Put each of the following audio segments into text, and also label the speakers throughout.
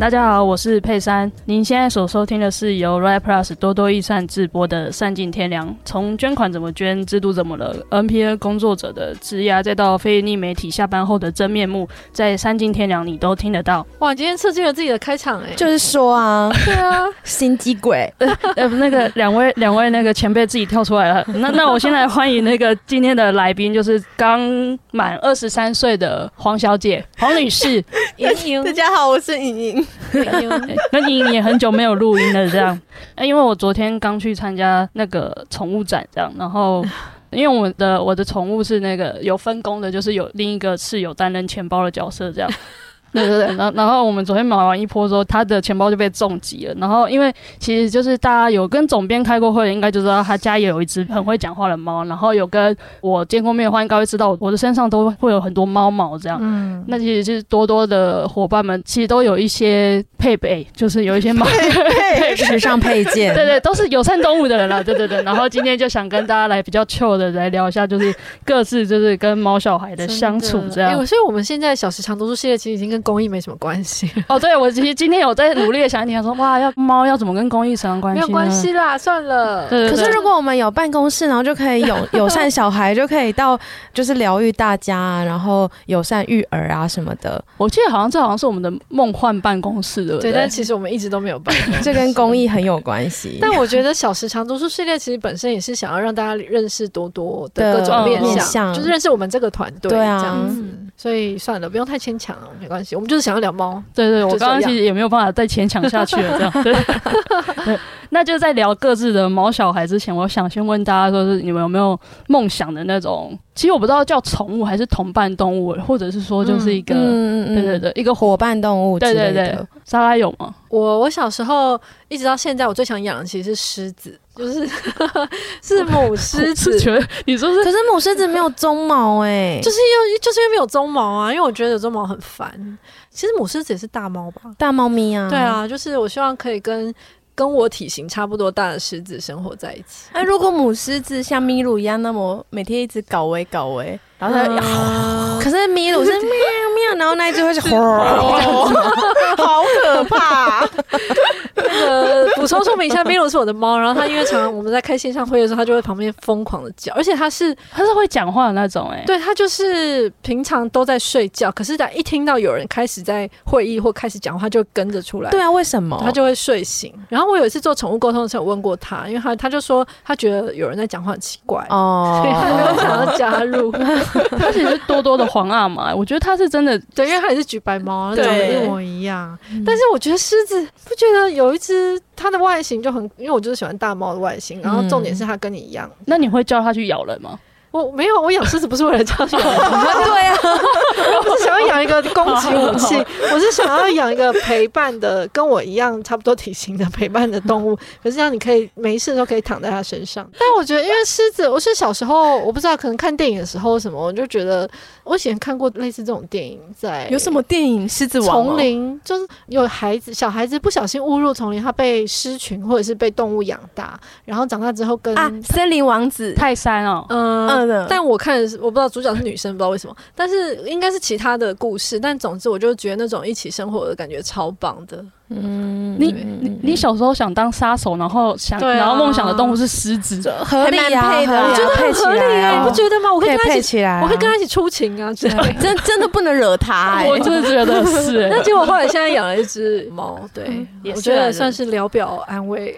Speaker 1: 大家好，我是佩珊。您现在所收听的是由 Right Plus 多多益善制播的《善尽天良：从捐款怎么捐，制度怎么了》，NPO 工作者的职涯，再到非利媒体下班后的真面目，在《善尽天良》你都听得到。
Speaker 2: 哇，你今天设计了自己的开场哎、
Speaker 3: 就是说啊，
Speaker 2: 对啊，
Speaker 3: 心机鬼，
Speaker 1: 呃，那个两位两位那个前辈自己跳出来了。 那那我先来欢迎那个今天的来宾，就是刚满二十三岁的黄小姐、黄女士。
Speaker 2: 莹莹
Speaker 3: 大家好，我是莹莹。
Speaker 2: 莹莹，
Speaker 1: 对那你也很久没有录音了，这样。那因为我昨天刚去参加那个宠物展，这样，然后。因为我的我的宠物是那个有分工的，就是有另一个室友担任钱包的角色这样。 对对对，然后然后我们昨天买完一波之后，他的钱包就被重击了。然后因为其实就是大家有跟总编开过会的，应该就知道他家也有一只很会讲话的猫。然后有跟我见过面的话，应该会知道我的身上都会有很多猫毛这样。
Speaker 2: 嗯，
Speaker 1: 那其实就是多多的伙伴们，其实都有一些配备，就是有一些猫，
Speaker 3: 时尚配 件，
Speaker 1: 对对，都是友善动物的人啦，对对对。然后今天就想跟大家来比较 chill 的来聊一下，就是各自就是跟猫小孩的相处这
Speaker 2: 哎、
Speaker 1: 样
Speaker 2: 我。所以我们现在小时长读书系列其实已经跟公益没什么关系，
Speaker 1: 哦，对，我其实今天有在努力的想一想说，哇，要猫要怎么跟公益扯上关
Speaker 2: 没
Speaker 1: 系？
Speaker 2: 有关。系啦，算了。
Speaker 1: 啊对对
Speaker 3: 可
Speaker 1: 对
Speaker 3: 是如果我们有办公室，然后就可以友友善小孩，就可以到就是疗愈大家啊，然后友善育儿啊什么的，
Speaker 1: 我记得好像这好像是我们的梦幻办公室，对不
Speaker 2: 对，
Speaker 1: 对？
Speaker 2: 但其实我们一直都没有办。
Speaker 3: 这跟公益很有关系。
Speaker 2: 但我觉得小时长读书系列其实本身也是想要让大家认识多多的各
Speaker 1: 对
Speaker 2: 种面
Speaker 1: 嗯面
Speaker 2: 相，
Speaker 3: 向
Speaker 2: 就是认识我们这个团队
Speaker 3: 对啊
Speaker 2: 这样子。所以算了，不用太牵强了，没关系。我们就是想要聊猫，
Speaker 1: 对对，我
Speaker 2: 就这
Speaker 1: 刚刚
Speaker 2: 样
Speaker 1: 其实也没有办法再牵强下去了，这 样。对， 对那就在聊各自的毛小孩之前，我想先问大家，说是你们有没有梦想的那种？其实我不知道叫宠物还是同伴动物，或者是说就是一个，
Speaker 3: 嗯
Speaker 1: 对对对，一个伙
Speaker 3: 伙伴动物之
Speaker 1: 对
Speaker 3: 类
Speaker 1: 对
Speaker 3: 的，
Speaker 1: 对，莎拉有吗？
Speaker 2: 我我小时候一直到现在，我最想养的其实是狮子，就是 是母狮子
Speaker 1: 是，觉得你说是
Speaker 3: 可是母狮子没有鬃毛哎、
Speaker 2: 就是因为就是因为没有鬃毛啊，因为我觉得有鬃毛很烦。其实母狮子也是大猫吧？
Speaker 3: 大猫咪啊。
Speaker 2: 对。啊，就是我希望可以跟跟我体型差不多大的狮子生活在一起。
Speaker 3: 那、如果母狮子像米鲁一样，那么每天一直搞喂搞喂，
Speaker 1: 啊
Speaker 3: 然后它、
Speaker 2: 啊
Speaker 3: 可是米鲁是喵喵，然后那一只会是吼，好可怕！
Speaker 2: 那个补充说明一下，米鲁是我的猫，然后它因为常常我们在开线上会的时候，它就会旁边疯狂的叫，而且它是
Speaker 1: 它是会讲话的那种、哎，
Speaker 2: 对它就是平常都在睡觉，可是它一听到有人开始在会议或开始讲话，就会跟着出来。
Speaker 3: 对啊，为什么？
Speaker 2: 他就会睡醒。然后我有一次做宠物沟通的时候，我问过他，因为他他就说他觉得有人在讲话很奇怪，
Speaker 3: 哦，
Speaker 2: 所以他没 有想要加 入。
Speaker 1: 它其实是多多的皇阿玛，哎我觉得它是真的，
Speaker 2: 对，因为他也是橘白猫，
Speaker 3: 对嗯
Speaker 2: 长得一模一样。但是我觉得狮子，不觉得有一只它的外形就很，因为我就是喜欢大猫的外形。然
Speaker 3: 嗯
Speaker 2: 后重点是它跟你一样，
Speaker 1: 那你会叫它去咬人吗？
Speaker 2: 我没有，我养狮子不是为了这样养，
Speaker 3: 对啊，
Speaker 2: 我不是想要养一个攻击武器，我是想要养一个陪伴的，跟我一样差不多体型的陪伴的动物。可是这样你可以没事都可以躺在它身上。但我觉得，因为狮子，我是小时候我不知道，可能看电影的时候什么，我就觉得我以前看过类似这种电影在，
Speaker 3: 有什么电影《狮子王》
Speaker 2: 丛？林，就是有孩子小孩子不小心误入丛林，他被狮群或者是被动物养大，然后长大之后跟
Speaker 3: 啊，《森林王子》
Speaker 1: 泰山哦，
Speaker 2: 嗯
Speaker 3: 嗯的
Speaker 2: 但我看的是我不知道主角是女生，不知道为什么，但是应该是其他的故事。但总之，我就觉得那种一起生活的感觉超棒的。
Speaker 3: 嗯，
Speaker 1: 你你你小时候想当杀手，然后想、
Speaker 2: 对啊
Speaker 1: 然后梦想的动物是狮子，
Speaker 3: 合理啊，
Speaker 2: 还蛮配的
Speaker 3: 合理啊
Speaker 2: 我觉得
Speaker 3: 配
Speaker 2: 很
Speaker 3: 起
Speaker 2: 合理
Speaker 3: 来
Speaker 2: 耶，
Speaker 3: 啊
Speaker 2: 你不觉得吗？我
Speaker 3: 可
Speaker 2: 会
Speaker 3: 以
Speaker 2: 跟他
Speaker 3: 配
Speaker 2: 一起，
Speaker 3: 起来，啊
Speaker 2: 我会跟他一起出勤啊之类 的。
Speaker 3: 真真的不能惹他哎，
Speaker 1: 我真的觉得是、哎
Speaker 2: 那结果后来现在养了一只猫，对
Speaker 1: 嗯也，
Speaker 2: 我
Speaker 1: 是
Speaker 2: 觉
Speaker 1: 啊
Speaker 2: 得
Speaker 1: 人
Speaker 2: 算是聊表安慰。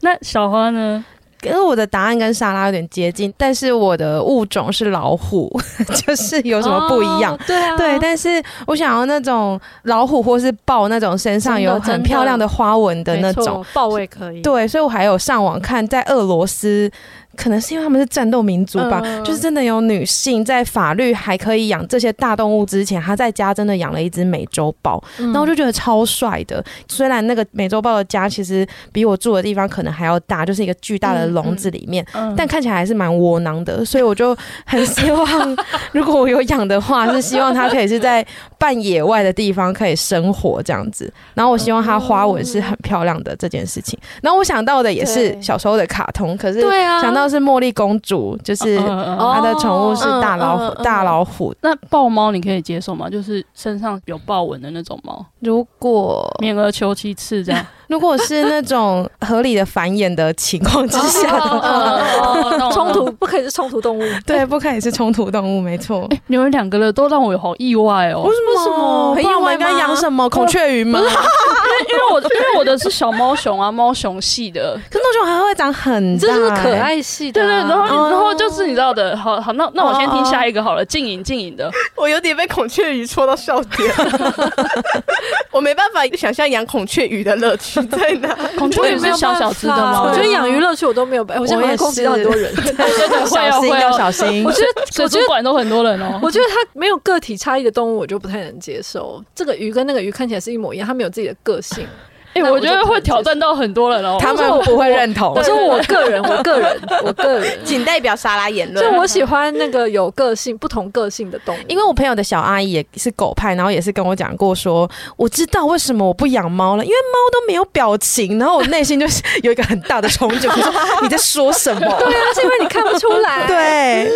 Speaker 1: 那小花呢？
Speaker 3: 可是我的答案跟莎拉有点接近，但是我的物种是老虎， 就是有什么不一样？
Speaker 2: 哦？对啊，
Speaker 3: 对，但是我想要那种老虎或是豹那种身上
Speaker 2: 真的
Speaker 3: 有
Speaker 2: 真
Speaker 3: 很
Speaker 2: 的
Speaker 3: 漂亮的花纹的那
Speaker 2: 没错
Speaker 3: 种。，
Speaker 2: 豹我也可以。
Speaker 3: 对，所以我还有上网看，在俄罗斯，可能是因为他们是战斗民族吧，
Speaker 2: 嗯
Speaker 3: 就是真的有女性在法律还可以养这些大动物之前，她在家真的养了一只美洲豹，
Speaker 2: 嗯，
Speaker 3: 然后我就觉得超帅的。虽然那个美洲豹的家其实比我住的地方可能还要大，就是一个巨大的
Speaker 2: 嗯
Speaker 3: 笼
Speaker 2: 嗯
Speaker 3: 子里面，
Speaker 1: 嗯
Speaker 3: 但看起来还是蛮窝囊的，所以我就很希望，如果我有养的话，是希望它可以是在半野外的地方可以生活这样子。然后我希望它花纹是很漂亮的这件事情。然后我想到的也是
Speaker 2: 对
Speaker 3: 小时候的卡通，可是
Speaker 2: 对啊，
Speaker 3: 想到是茉莉公主，就是哦
Speaker 1: 嗯嗯嗯嗯
Speaker 3: 她的宠物是大老
Speaker 4: 嗯嗯
Speaker 3: 虎，
Speaker 4: 嗯
Speaker 3: 大老虎。
Speaker 1: 那豹猫你可以接受吗？就是身上有豹纹的那种猫，
Speaker 3: 如果
Speaker 1: 面额求其次 这样。
Speaker 3: 如果是那种合理的繁衍的情况之下
Speaker 1: 哦
Speaker 3: 的话，哦
Speaker 2: 冲突不可以是冲突动物，
Speaker 3: 对，不可以是冲突动物，没错。
Speaker 1: 哎，你们两个人都让我好意外哦，
Speaker 3: 为什么
Speaker 4: 很意
Speaker 3: 很
Speaker 4: 外吗
Speaker 3: 意外该养什么？孔雀鱼吗？
Speaker 1: 因为我的因为我的是小猫熊啊，猫熊系的，
Speaker 3: 可是那种还会长很
Speaker 2: 你
Speaker 3: 大，欸
Speaker 2: 这就是可。爱系的
Speaker 1: 对
Speaker 2: 啊、
Speaker 1: 对，然后
Speaker 3: 哦
Speaker 1: 然后就是你知道的，好好，那那我先听下一个好了，静影静影 的，
Speaker 4: 我有点被孔雀鱼戳到笑 点，我没办法想象养孔雀鱼的乐趣在 哪。
Speaker 1: 孔雀也是小小只的
Speaker 2: 我
Speaker 1: 吗？
Speaker 2: 觉得
Speaker 3: 啊
Speaker 2: 养鱼乐趣我都没有，哎我现在好像攻击到很多 人。
Speaker 1: 会
Speaker 3: 小
Speaker 1: 哦
Speaker 3: 心啊
Speaker 1: 会哦
Speaker 3: 要小
Speaker 2: 啊
Speaker 3: 心
Speaker 2: 我。觉得，
Speaker 1: 水族馆都很多人哦。
Speaker 2: 我觉得它没有个体差异的动物，我就不太能接受。这个鱼跟那个鱼看起来是一模一样，它没有自己的个性。
Speaker 1: 哎，
Speaker 2: 那
Speaker 1: 我
Speaker 2: 我就
Speaker 1: 觉得
Speaker 2: 不
Speaker 1: 会
Speaker 2: 能
Speaker 1: 挑战到很多人哦。
Speaker 3: 他们不会认同
Speaker 2: 我。说我个 人，我个人，我个人，
Speaker 4: 仅代表莎拉言
Speaker 2: 就
Speaker 4: 论。
Speaker 2: 我喜欢那个有个性、不同个性的动物，
Speaker 3: 因为我朋友的小阿姨也是狗派，然后也是跟我讲过说，我知道为什么我不养猫了，因为猫都没有表情。然后我内心就是有一个很大的冲击，我 说你在说什么？
Speaker 2: 对啊，是因为你看不出 来，，
Speaker 3: 对，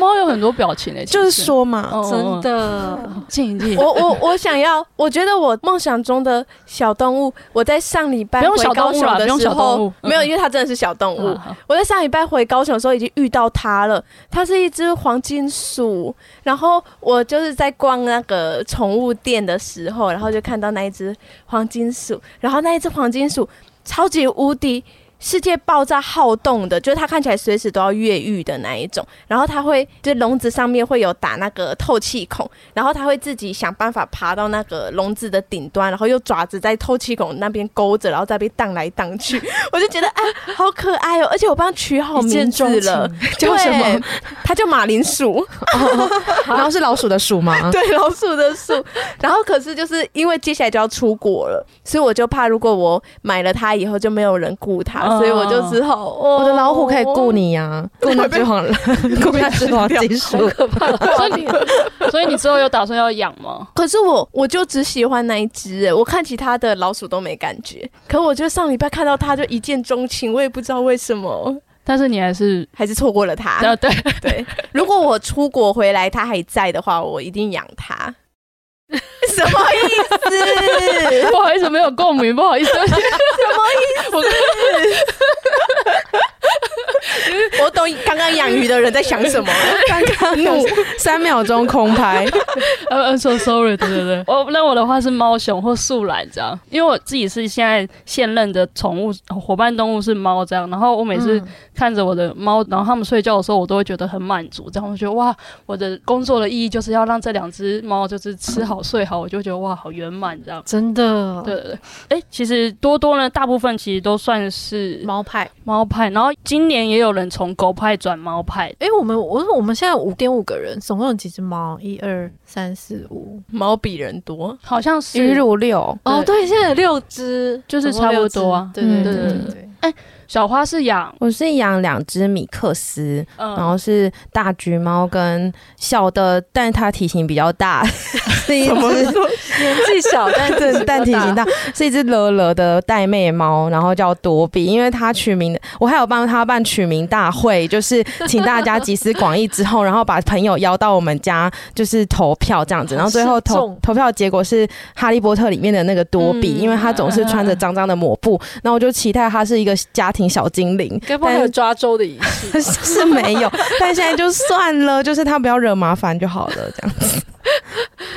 Speaker 1: 猫有很多表情欸诶，其实
Speaker 3: 就是，说嘛，
Speaker 1: 哦
Speaker 2: 真，的。
Speaker 1: 哦静影静影，
Speaker 4: 我我我想要，我觉得我梦想中的小动物，我在上礼拜
Speaker 1: 不用
Speaker 4: 回
Speaker 1: 小动
Speaker 4: 高
Speaker 1: 物
Speaker 4: 雄
Speaker 1: 啦
Speaker 4: 的
Speaker 1: 不用
Speaker 4: 时
Speaker 1: 小动物
Speaker 4: 候，
Speaker 1: 嗯
Speaker 4: 没有，因为它真的是小动物
Speaker 1: 啊。 好
Speaker 4: 我在上礼拜回高雄的时候已经遇到它了，它是一只黄金鼠。然后我就是在逛那个宠物店的时候，然后就看到那一只黄金鼠，然后那一只黄金鼠超级无敌。世界爆炸好动的，就是它看起来随时都要越狱的那一种，然后它会就笼子上面会有打那个透气孔，然后它会自己想办法爬到那个笼子的顶端，然后用爪子在透气孔那边勾着，然后在那边荡来荡去， 我就觉得哎，好可爱哦！而且我帮它取好
Speaker 3: 一见
Speaker 4: 名
Speaker 3: 钟
Speaker 4: 字了，
Speaker 3: 叫什
Speaker 4: 对
Speaker 3: 么？？
Speaker 4: 它叫马铃 薯，
Speaker 2: 哦
Speaker 3: 然后是老鼠的鼠吗？
Speaker 4: 对，老鼠的鼠。然后可是就是因为接下来就要出国了，所以我就怕如果我买了它以后就没有人雇它，
Speaker 1: 哦
Speaker 4: 所以我就只好、哦、
Speaker 3: 我的老虎可以雇。你呀，雇那只 黄，雇 那只黄金鼠。
Speaker 1: 所以你所以你之后有打算要养吗？
Speaker 4: 可是我我就只喜欢那一只，哎我看其他的老鼠都没感觉。可我就上礼拜看到它就一见钟情，我也不知道为什么，
Speaker 1: 但是你还是
Speaker 4: 还是错过了它。
Speaker 3: 哦
Speaker 1: 啊对，
Speaker 4: 对，如果我出国回来它还在的话，我一定养 它。什么意思？
Speaker 1: 不好意思没有共鸣，不好意思，
Speaker 4: 我懂刚刚养鱼的人在想什么。
Speaker 3: 刚刚怒三秒钟空拍，
Speaker 1: 呃 I'm so sorry，对对对， 我那我的话是猫熊或素懒这样，因为我自己是现在现任的宠物呃伙伴动物是猫这样，然后我每
Speaker 2: 嗯
Speaker 1: 次看着我的猫，然后它们睡觉的时候，我都会觉得很满足，这样我觉得哇，我的工作的意义就是要让这两只猫就是吃好睡好，我就觉得哇好圆满这样。
Speaker 2: 真的，
Speaker 1: 对对对，哎、其实多多呢，大部分其实都算是
Speaker 4: 猫派，
Speaker 1: 猫派，然后今年也有人从狗派转猫派，
Speaker 2: 哎、我们我我们现在五点五个人，总共有几只猫？一二三四五。
Speaker 4: 猫比人多。
Speaker 1: 好像是
Speaker 3: 鱼乳六，
Speaker 1: 对
Speaker 2: 哦，对，现在有六只，
Speaker 1: 就是
Speaker 2: 总共六只
Speaker 1: 差不多啊
Speaker 2: 对对对
Speaker 3: 嗯
Speaker 2: 对
Speaker 3: 嗯
Speaker 2: 对对。
Speaker 1: 小花是养，
Speaker 3: 我是养两只米克斯，
Speaker 1: 嗯、
Speaker 3: 然后是大橘猫跟小的，但它体型比较大，是一只。
Speaker 2: 年 纪小， 但是
Speaker 3: 对，但体型
Speaker 2: 大。
Speaker 3: 大，是一只乐乐的带妹猫，然后叫多比，因为它取名的，我还有帮它办取名大会，就是请大家集思广益之后，然后把朋友邀到我们家，就是投票这样子，然后最后
Speaker 2: 慎
Speaker 3: 投
Speaker 2: 重
Speaker 3: 投票结果是《哈利波特》里面的那个多比，
Speaker 1: 嗯
Speaker 3: 因为它总是穿着脏脏的抹布，然后我就期待它是一个家庭小精灵，
Speaker 2: 该不会还有抓周的仪式吧？
Speaker 3: 但是没有，但现在就算了，就是它不要惹麻烦就好了，这样。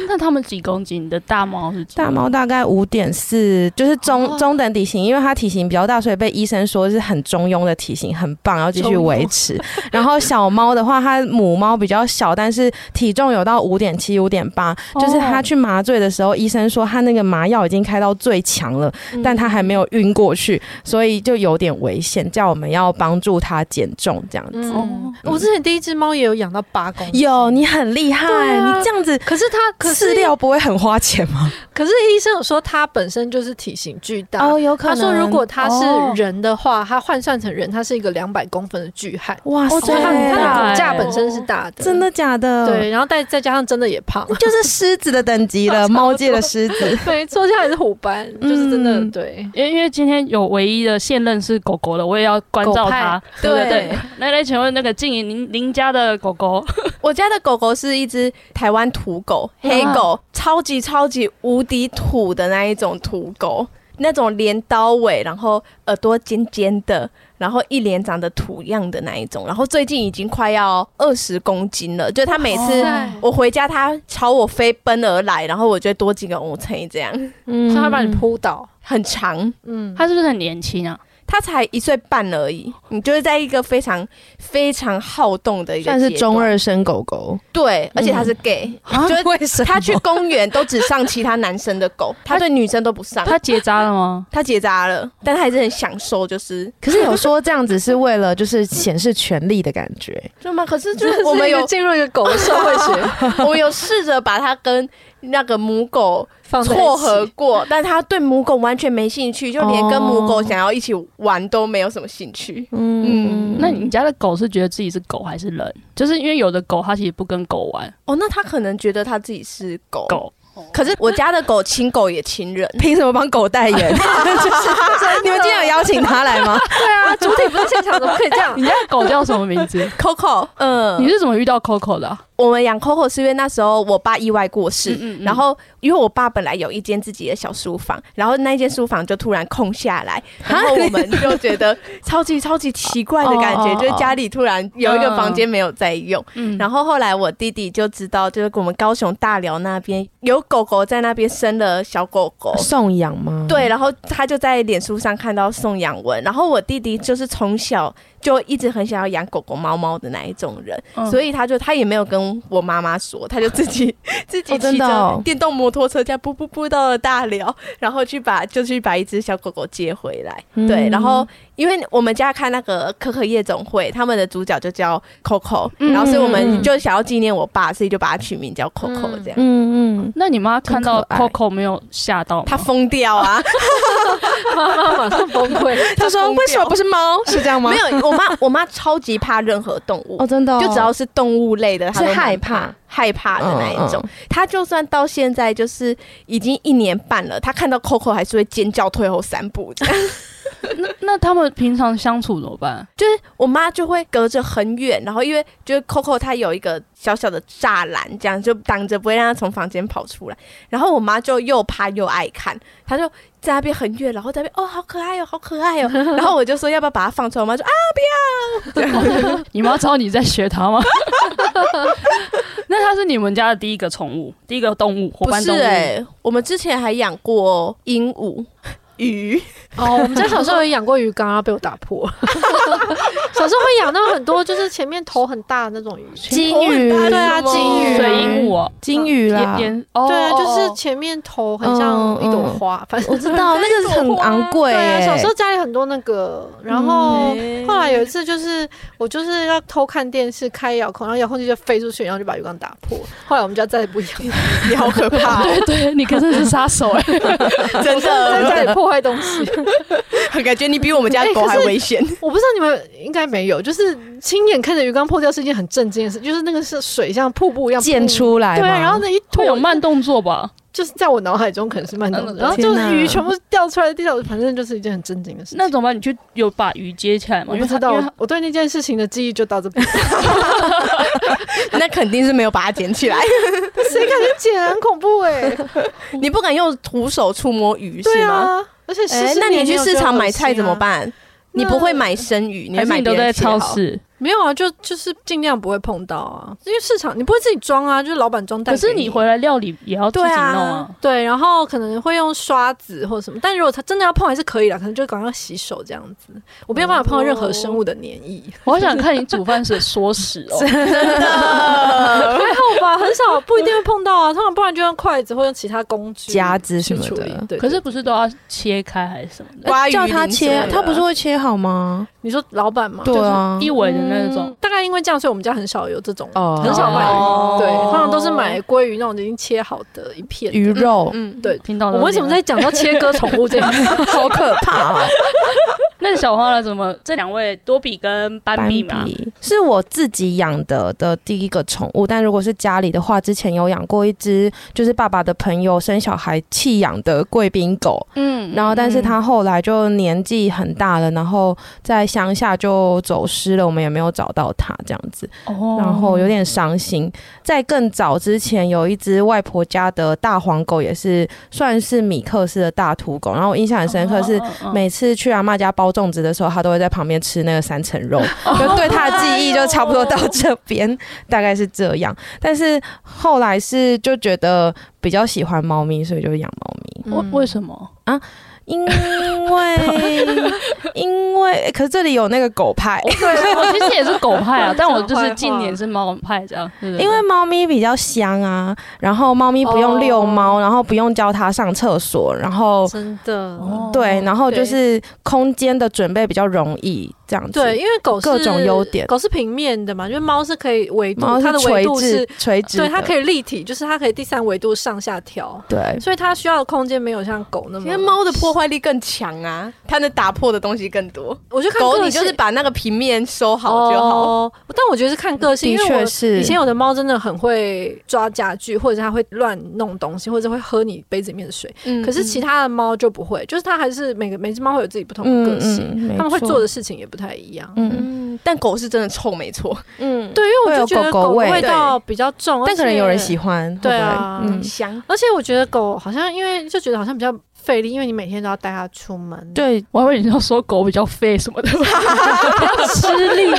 Speaker 1: 那它们几公斤？你的大猫是几
Speaker 3: 大猫大概五点四，就是中、中等体型，因为它体型比较大，所以被医生说是很中庸的体型，很棒，要继续维持。 然后小猫的话，它母猫比较小，但是体重有到五点七、五点八，就是它去麻醉的时候，医生说它那个麻药已经开到最强了，
Speaker 2: 嗯
Speaker 3: 但它还没有晕过去，所以就有点危险，叫我们要帮助它减重这样子。
Speaker 2: 嗯
Speaker 1: 哦，
Speaker 2: 我之前第一只猫也有养到八公斤，
Speaker 3: 有，你很厉害，
Speaker 2: 对啊
Speaker 3: 你这样子
Speaker 2: 可是它可是
Speaker 3: 饲料不会很花钱吗？
Speaker 2: 可是医生有说它本身就是体型巨大。
Speaker 3: 哦，有可
Speaker 2: 他
Speaker 3: 能。
Speaker 2: 说，如果它
Speaker 1: 哦
Speaker 2: 是人的话，它换算成人，它是一个两百公分的巨汉。
Speaker 3: 哇
Speaker 1: 哦对
Speaker 3: 塞，
Speaker 2: 所以它的它的骨架
Speaker 1: 对
Speaker 2: 本身是大的，
Speaker 3: 真的假的？
Speaker 2: 对，，然后再再加上真的也 胖，
Speaker 3: 就是狮子的等级 了，猫界的狮子。
Speaker 2: 没错，现在还是虎斑，就是真的
Speaker 3: 嗯
Speaker 2: 对。
Speaker 1: 因为因为今天有唯一的现任是狗狗了，我也要关照它。
Speaker 4: 对
Speaker 1: 对对，来来，请问那个静怡，您您家的狗狗
Speaker 4: 我家的狗狗是一只台湾土狗，
Speaker 1: 哇
Speaker 4: 黑狗，超级超级无敌土的那一种土狗，那种镰刀尾，然后耳朵尖尖的，然后一脸长得土样的那一种，然后最近已经快要二十公斤了，就它每次
Speaker 1: 哇
Speaker 4: 我回家，它朝我飞奔而来，然后我就多几个五乘以这样，
Speaker 2: 所以
Speaker 3: 嗯
Speaker 2: 它会把你扑倒，
Speaker 4: 很长。
Speaker 2: 嗯，
Speaker 1: 它是不是很年轻啊？
Speaker 4: 它才一岁半而已，你就是在一个非常非常好动的一个
Speaker 3: 算是
Speaker 4: 阶
Speaker 3: 中
Speaker 4: 段
Speaker 3: 二生狗狗，
Speaker 4: 对，而且它是 gay，、就是
Speaker 3: 为什
Speaker 4: 他去公园都只上其他男生的狗，他对女生都不上。
Speaker 1: 它
Speaker 4: 他
Speaker 1: 结扎了吗？
Speaker 4: 他结扎了，但他还是很享受，就是
Speaker 3: 可是有说这样子是为了就是显示权力的感觉，
Speaker 4: 就嘛。可是就
Speaker 2: 这
Speaker 4: 是我们
Speaker 2: 一个
Speaker 4: 有
Speaker 2: 进入一个狗 的社会学，
Speaker 4: 我们有试着把它跟那个母狗
Speaker 2: 放在一起
Speaker 4: 撮合过，但他对母狗完全没兴趣，就连跟母狗
Speaker 3: 哦
Speaker 4: 想要一起玩都没有什么兴趣。
Speaker 3: 嗯，
Speaker 1: 那你家的狗是觉得自己是狗还是人？就是因为有的狗它其实不跟狗玩，
Speaker 4: 哦，那他可能觉得他自己是狗。
Speaker 1: 狗
Speaker 4: 可是我家的狗亲狗也亲人，
Speaker 3: 凭什么帮狗 代言？就是你们今天有邀请他来吗？
Speaker 2: 对啊，主体不是现场， 怎么可以这样？
Speaker 1: 你家的狗叫什么名字？
Speaker 4: Coco，嗯，
Speaker 1: 你是怎么遇到 Coco 的啊？
Speaker 4: 我们养 Coco 是因为那时候我爸意外过世，
Speaker 1: 嗯嗯嗯
Speaker 4: 然后因为我爸本来有一间自己的小书房，然后那间书房就突然空下来，然后我们就觉得超级超级奇怪的感
Speaker 3: 哦
Speaker 4: 觉，
Speaker 3: 哦
Speaker 4: 就是家里突然有一个房间没有在用。
Speaker 1: 嗯
Speaker 4: 然后后来我弟弟就知道，就是我们高雄大寮那边有狗狗在那边生了小狗狗，
Speaker 1: 嗯
Speaker 3: 送养吗？
Speaker 4: 对，然后他就在脸书上看到宋养文，然后我弟弟就是从小就一直很想要养狗狗、猫猫的那一种人，
Speaker 1: 嗯
Speaker 4: 所以他就他也没有跟我妈妈说，他就自己 自己
Speaker 3: 哦真
Speaker 4: 骑
Speaker 3: 的
Speaker 4: 着
Speaker 3: 哦
Speaker 4: 电动摩托车这样步步步到了大寮，然后去把就去把一只小狗狗接回来。
Speaker 3: 嗯
Speaker 4: 对，然后因为我们家看那个可可夜总会，他们的主角就叫 Coco，、
Speaker 1: 嗯
Speaker 4: 然后所以我们
Speaker 3: 嗯
Speaker 4: 就想要纪念我爸，所以就把它取名叫 Coco 这样。
Speaker 3: 嗯嗯，
Speaker 1: 那你妈看到
Speaker 3: 真可爱
Speaker 1: Coco 没有吓到吗？
Speaker 4: 他疯掉啊！
Speaker 2: 妈妈马上崩溃，
Speaker 3: 他说为什么不是猫？是这样吗？
Speaker 4: 没有，我妈我妈超级怕任何动物
Speaker 3: 哦，，真的哦，
Speaker 4: 就只要是动物类的，她
Speaker 3: 是
Speaker 4: 都
Speaker 3: 害
Speaker 4: 蛮
Speaker 3: 怕
Speaker 4: 害怕的那一种
Speaker 3: 嗯。
Speaker 4: 她就算到现在就是已经一年半了，她看到 Coco 还是会尖叫退后三步这样。
Speaker 1: 那 那他们平常相处怎么办？
Speaker 4: 就是我妈就会隔着很远，然后因为就是 Coco 她有一个小小的栅栏，这样就挡着不会让她从房间跑出来。然后我妈就又怕又爱看，她就在那边很远，然后在那边哦好可爱哦好可爱哦， 然后我就说要不要把它放出来，我妈就啊
Speaker 1: 你妈知道你在学它吗？ 那它是你们家的第一个宠物，第一个动物，伙
Speaker 4: 不
Speaker 1: 伴
Speaker 4: 是
Speaker 1: 动物。
Speaker 4: 哎、我们之前还养过鹦鹉、 鱼，
Speaker 2: 哦，我们家小时候也养过鱼缸，然后啊被我打 破。小时候会养那种很多，就是前面头很大的那种鱼，
Speaker 3: 金鱼，
Speaker 4: 对啊
Speaker 2: 金鱼
Speaker 1: 水鹦鹉哦，
Speaker 3: 金鱼啦
Speaker 1: 也，也哦，
Speaker 2: 对啊，
Speaker 1: 哦
Speaker 2: 就是
Speaker 1: 哦
Speaker 2: 前面头很像一朵花，反正
Speaker 3: 我知道那个很昂
Speaker 2: 嗯
Speaker 3: 贵
Speaker 2: 对嗯啊，
Speaker 3: 欸，
Speaker 2: 小时候家里很多那个，然后
Speaker 4: 哦
Speaker 2: 后来有一次就是我就是要偷看电视，开遥控，然后遥控器就飞出去，然后就把鱼缸打破。后来我们家再也不养，
Speaker 4: 你好可怕、哦，
Speaker 1: 对 对，你可真的是杀手哎、
Speaker 4: 真
Speaker 2: 在家里
Speaker 4: 的，
Speaker 2: 破坏东西。
Speaker 4: 感觉你比我们家狗还危 险。
Speaker 2: 我不知道你们应该没有，就是亲眼看着鱼缸破掉是一件很震惊的事，就是那个是水像瀑布一样
Speaker 3: 溅
Speaker 2: 噗
Speaker 3: 出来
Speaker 2: 对
Speaker 3: 嘛，
Speaker 2: 啊，然后那一坨
Speaker 1: 会有慢动作吧？
Speaker 2: 就是在我脑海中可能是慢动作，
Speaker 1: 嗯
Speaker 2: 然后就
Speaker 3: 天
Speaker 2: 是
Speaker 3: 哪
Speaker 2: 鱼全部掉出来的地上，反正就是一件很震惊的事情。
Speaker 1: 那怎么办？你去有把鱼接起来吗？
Speaker 2: 我
Speaker 1: 因
Speaker 2: 不
Speaker 1: 为它
Speaker 2: 知道
Speaker 1: 因为它，
Speaker 2: 我对那件事情的记忆就到这边。
Speaker 4: 那肯定是没有把它捡起来，
Speaker 2: 谁敢去捡啊？很恐怖哎、
Speaker 4: 你不敢用徒手触摸鱼
Speaker 2: 对
Speaker 4: 是吗？
Speaker 2: 啊，而且湿
Speaker 4: 哎
Speaker 2: 湿
Speaker 4: 那你
Speaker 2: 黏黏
Speaker 4: 去
Speaker 2: 我觉
Speaker 4: 市
Speaker 2: 得
Speaker 4: 场
Speaker 2: 很恶
Speaker 4: 买菜
Speaker 2: 心
Speaker 4: 怎么
Speaker 2: 啊？
Speaker 4: 办？你不会买生鱼，你
Speaker 1: 还
Speaker 4: 会
Speaker 1: 是
Speaker 4: 买
Speaker 1: 你都
Speaker 4: 别
Speaker 1: 在
Speaker 4: 人切
Speaker 1: 超
Speaker 4: 好。
Speaker 1: 市？
Speaker 2: 没有啊，就就是尽量不会碰到啊，因为市场你不会自己装啊，就是老板装带
Speaker 1: 可
Speaker 2: 给。
Speaker 1: 是你回来料理也要自己弄啊。
Speaker 2: 对，然后可能会用刷子或者什么，但如果他真的要碰还是可以啦，可能就赶快洗手这样子。我没有办法碰到任何生物的黏液，
Speaker 1: 我好想看你煮饭时的缩食哦。
Speaker 2: 还好吧，很少不一定会碰到啊，通常不然就用筷子或用其他工具
Speaker 3: 夹子
Speaker 2: 去
Speaker 3: 什么
Speaker 2: 处理
Speaker 3: 的。
Speaker 2: 对，
Speaker 1: 可是不是都要切开还是什么的？
Speaker 4: 刮鱼
Speaker 3: 呃叫他
Speaker 4: 鳞之类
Speaker 3: 切，
Speaker 4: 的
Speaker 3: 他不是会切好吗？
Speaker 2: 你说老板嘛，
Speaker 3: 对啊
Speaker 1: 一，尾的那种
Speaker 2: 嗯，大概因为这样，所以我们家很少有这种，
Speaker 3: 哦
Speaker 2: 很少买
Speaker 4: 哦
Speaker 2: 鱼，对，通常都是买鲑鱼那种已经切好的一片的
Speaker 3: 鱼肉，
Speaker 4: 嗯，
Speaker 2: 对，
Speaker 1: 听到
Speaker 2: 我
Speaker 1: 了。
Speaker 2: 们为什么在？讲到切割宠物这样？
Speaker 3: 好可怕哦！
Speaker 1: 那小花了？怎么这两位多比跟斑比嘛？
Speaker 3: 比是我自己养的的第一个宠物，但如果是家里的话，之前有养过一只，就是爸爸的朋友生小孩弃养的贵宾狗，
Speaker 1: 嗯
Speaker 3: 然后但是它后来就年纪很大了，然后在乡下就走失了，我们也没有找到它这样子，
Speaker 1: 哦
Speaker 3: 然后有点伤心。在更早之前，有一只外婆家的大黄狗，也是算是米克斯的大土狗，然后我印象很
Speaker 1: 哦
Speaker 3: 深刻是。每次去阿妈家包粽子的时候，他都会在旁边吃那个三层肉，
Speaker 1: 哦
Speaker 3: 就对他的记忆就差不多
Speaker 1: 哎
Speaker 3: 到这边，大概是这样。但是后来是就觉得比较喜欢猫咪，所以就养猫咪。
Speaker 1: 为
Speaker 2: 嗯
Speaker 1: 为什么？
Speaker 3: 因 为因为可是这里有那个狗派，
Speaker 1: 对，我其实也是狗派啊，但我就
Speaker 2: 坏
Speaker 1: 是
Speaker 2: 话
Speaker 1: 近年是猫派这样。对对对
Speaker 3: 因为猫咪比较香啊，然后猫咪不用遛
Speaker 2: 哦
Speaker 3: 猫，然后不用教它上厕所，然后
Speaker 2: 真的，
Speaker 1: 哦
Speaker 3: 对，然后就是空间的准备比较容易，这样子。
Speaker 2: 对，因为狗是
Speaker 3: 各种优点
Speaker 2: 狗是平面的嘛，因为猫是可以维度，
Speaker 3: 猫
Speaker 2: 它
Speaker 3: 是
Speaker 2: 的维
Speaker 3: 垂
Speaker 2: 度
Speaker 3: 直
Speaker 2: 是，
Speaker 3: 垂直的，
Speaker 2: 对，它可以立体，就是它可以第三维度上下调，
Speaker 3: 对，
Speaker 2: 所以它需要的空间没有像狗那么。
Speaker 4: 因为，猫的破坏力更强啊，它能打破的东西更多。
Speaker 2: 我就看
Speaker 4: 狗，
Speaker 2: 个
Speaker 4: 你就是
Speaker 2: 性
Speaker 4: 把那个平面收好就好。
Speaker 2: 哦，但我觉得是看个性，因
Speaker 3: 的
Speaker 2: 为
Speaker 3: 确
Speaker 2: 我
Speaker 3: 是
Speaker 2: 以前有的猫真的很会抓家具，或者是它会乱弄东西，或者会喝你杯子里面的水。
Speaker 4: 嗯
Speaker 2: 可是其他的猫就不会，就是它还是每个每只猫会有自己不同的
Speaker 3: 嗯
Speaker 2: 个性，
Speaker 3: 嗯，没
Speaker 2: 它们会
Speaker 3: 错
Speaker 2: 做的事情也不太一样。
Speaker 3: 嗯，
Speaker 4: 嗯，但狗是真的臭，没错。
Speaker 3: 嗯，
Speaker 2: 对，因为我就觉
Speaker 3: 会
Speaker 2: 得
Speaker 3: 有狗狗
Speaker 2: 的
Speaker 3: 味
Speaker 2: 味道比较重，
Speaker 3: 但可能有人喜
Speaker 2: 欢。
Speaker 3: 欢，会不
Speaker 2: 对
Speaker 3: 会
Speaker 2: 啊
Speaker 3: 嗯，
Speaker 4: 香。
Speaker 2: 而且我觉得狗好像因为就觉得好像比较费力，因为你每天都要带它出门，，
Speaker 3: 对，
Speaker 1: 我还以为你要说狗比较废什么的，
Speaker 2: 吃力。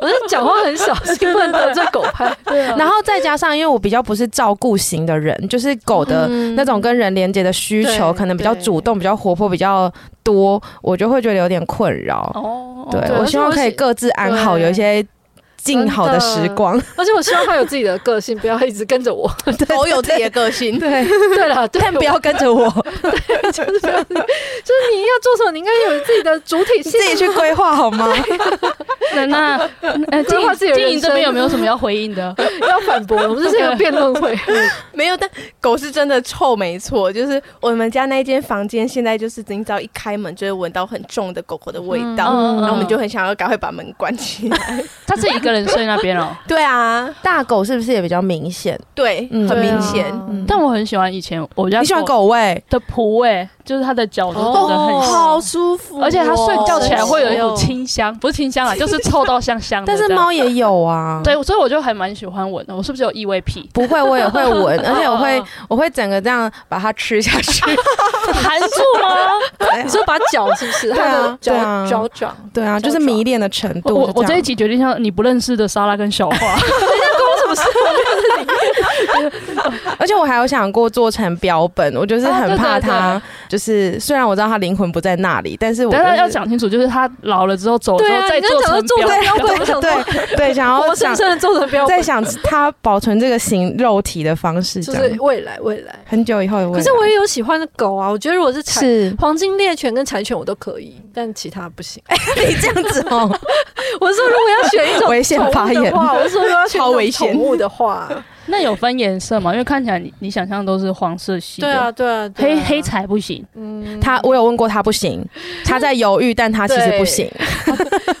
Speaker 2: 我在讲话很小心，不能得罪狗派。
Speaker 1: 啊
Speaker 3: 然后再加上，因为我比较不是照顾型的人，就是狗的
Speaker 2: 嗯
Speaker 3: 那种跟人连接的需求，
Speaker 2: 对
Speaker 3: 可能比较
Speaker 2: 对
Speaker 3: 主动、比较活泼、比较多，我就会觉得有点困扰。
Speaker 1: 哦
Speaker 3: 对
Speaker 2: 对而
Speaker 3: 我
Speaker 2: 且
Speaker 3: 希望
Speaker 2: 我
Speaker 3: 可以
Speaker 2: 喜
Speaker 3: 各自安好，
Speaker 2: 对
Speaker 3: 有一些静好的
Speaker 2: 真
Speaker 3: 时
Speaker 2: 的
Speaker 3: 光。
Speaker 2: 而且我希望它有自己的个性，不要一直跟着我。
Speaker 4: 狗有自己的个性，
Speaker 3: 对，
Speaker 2: 对了，对
Speaker 3: 但不要跟着 我，
Speaker 2: 就是不要就是你要做什么，你应该有自己的主体
Speaker 3: 你
Speaker 2: 性。啊
Speaker 3: 自己去规划好吗？
Speaker 1: 那那呃，
Speaker 2: 规划自己
Speaker 1: 静静
Speaker 2: 的人
Speaker 1: 莹
Speaker 2: 生
Speaker 1: 这边有没有什么要回应的？
Speaker 2: 要反驳，我们这是一个辩论 会。
Speaker 4: 没有，但狗是真的臭，没错。就是我们家那间房间，现在就是你只要一开门，就会闻到很重的狗狗的味道，
Speaker 1: 嗯嗯嗯
Speaker 4: 然后我们就很想要赶快把门关起来。
Speaker 1: 他自己一个人睡那边哦。
Speaker 4: 对啊，
Speaker 3: 大狗是不是也比较明显？
Speaker 4: 对，
Speaker 3: 嗯
Speaker 4: 很
Speaker 3: 对啊
Speaker 4: 明显。
Speaker 3: 嗯
Speaker 1: 但我很喜欢以前我家
Speaker 3: 你喜欢狗味？
Speaker 1: 的蒲味，就是它的脚都做的很
Speaker 2: 哦
Speaker 1: 香，
Speaker 4: 好舒服哦、
Speaker 1: 而且它睡觉起来会有一股
Speaker 2: 哦
Speaker 1: 清香，不是清香啊，就是臭到香香的。
Speaker 3: 但是
Speaker 1: 这样
Speaker 3: 猫也有啊。
Speaker 1: 对，所以我就还蛮喜欢闻的。我是不是有异味 癖？
Speaker 3: 不会，我也会 闻，而且我会
Speaker 1: 哦哦
Speaker 3: 我会整个这样把它吃下 去。啊
Speaker 1: 含住吗？
Speaker 2: 你说把脚是不是？
Speaker 3: 对
Speaker 2: 它
Speaker 3: 啊
Speaker 2: 的脚
Speaker 3: 对啊
Speaker 2: 脚掌，
Speaker 3: 对啊，就是迷恋的程
Speaker 1: 我
Speaker 3: 度
Speaker 1: 我
Speaker 3: 是
Speaker 1: 我
Speaker 3: 这
Speaker 1: 这
Speaker 3: 样
Speaker 1: 一集决定像你不认识的莎拉跟小花，
Speaker 3: 而且我还有想过做成标本，我就是
Speaker 1: 啊对
Speaker 3: 很怕
Speaker 1: 对对
Speaker 3: 它，就是虽然我知道它灵魂不在那里，但是我
Speaker 1: 但
Speaker 3: 就
Speaker 1: 他
Speaker 3: 是
Speaker 1: 要讲清楚，就是他老了之后走了之
Speaker 2: 对
Speaker 1: 后
Speaker 2: 啊，
Speaker 1: 再
Speaker 2: 你
Speaker 1: 做
Speaker 2: 刚讲
Speaker 1: 成
Speaker 2: 的做成标本，我想说
Speaker 3: 对对，想要
Speaker 2: 活
Speaker 3: 想
Speaker 2: 生生的做成标
Speaker 3: 在
Speaker 2: 本，
Speaker 3: 想它保存这个形肉体的方式，
Speaker 2: 就
Speaker 3: 这
Speaker 2: 是
Speaker 3: 样
Speaker 2: 未来未来。
Speaker 3: 很久以后有未
Speaker 2: 可
Speaker 3: 来。
Speaker 2: 是我也有喜欢的狗啊，我觉得如果是柴
Speaker 3: 是
Speaker 2: 黄金猎犬跟柴犬我都可以，但其他不行。哎
Speaker 3: 你这样子哦，
Speaker 2: 我是说，如果要选一种
Speaker 3: 危险发言
Speaker 2: 宠物的话，我是说如果要选
Speaker 3: 超危
Speaker 2: 一种
Speaker 3: 险
Speaker 2: 宠物的话，
Speaker 1: 那有分颜色吗？因为看起来你你想象都是黄色系的，
Speaker 2: 对啊，对啊，对
Speaker 1: 黑
Speaker 2: 啊
Speaker 1: 黑，柴不行，
Speaker 2: 嗯，
Speaker 3: 他我有问过他不行，他在犹豫，但他其实不行。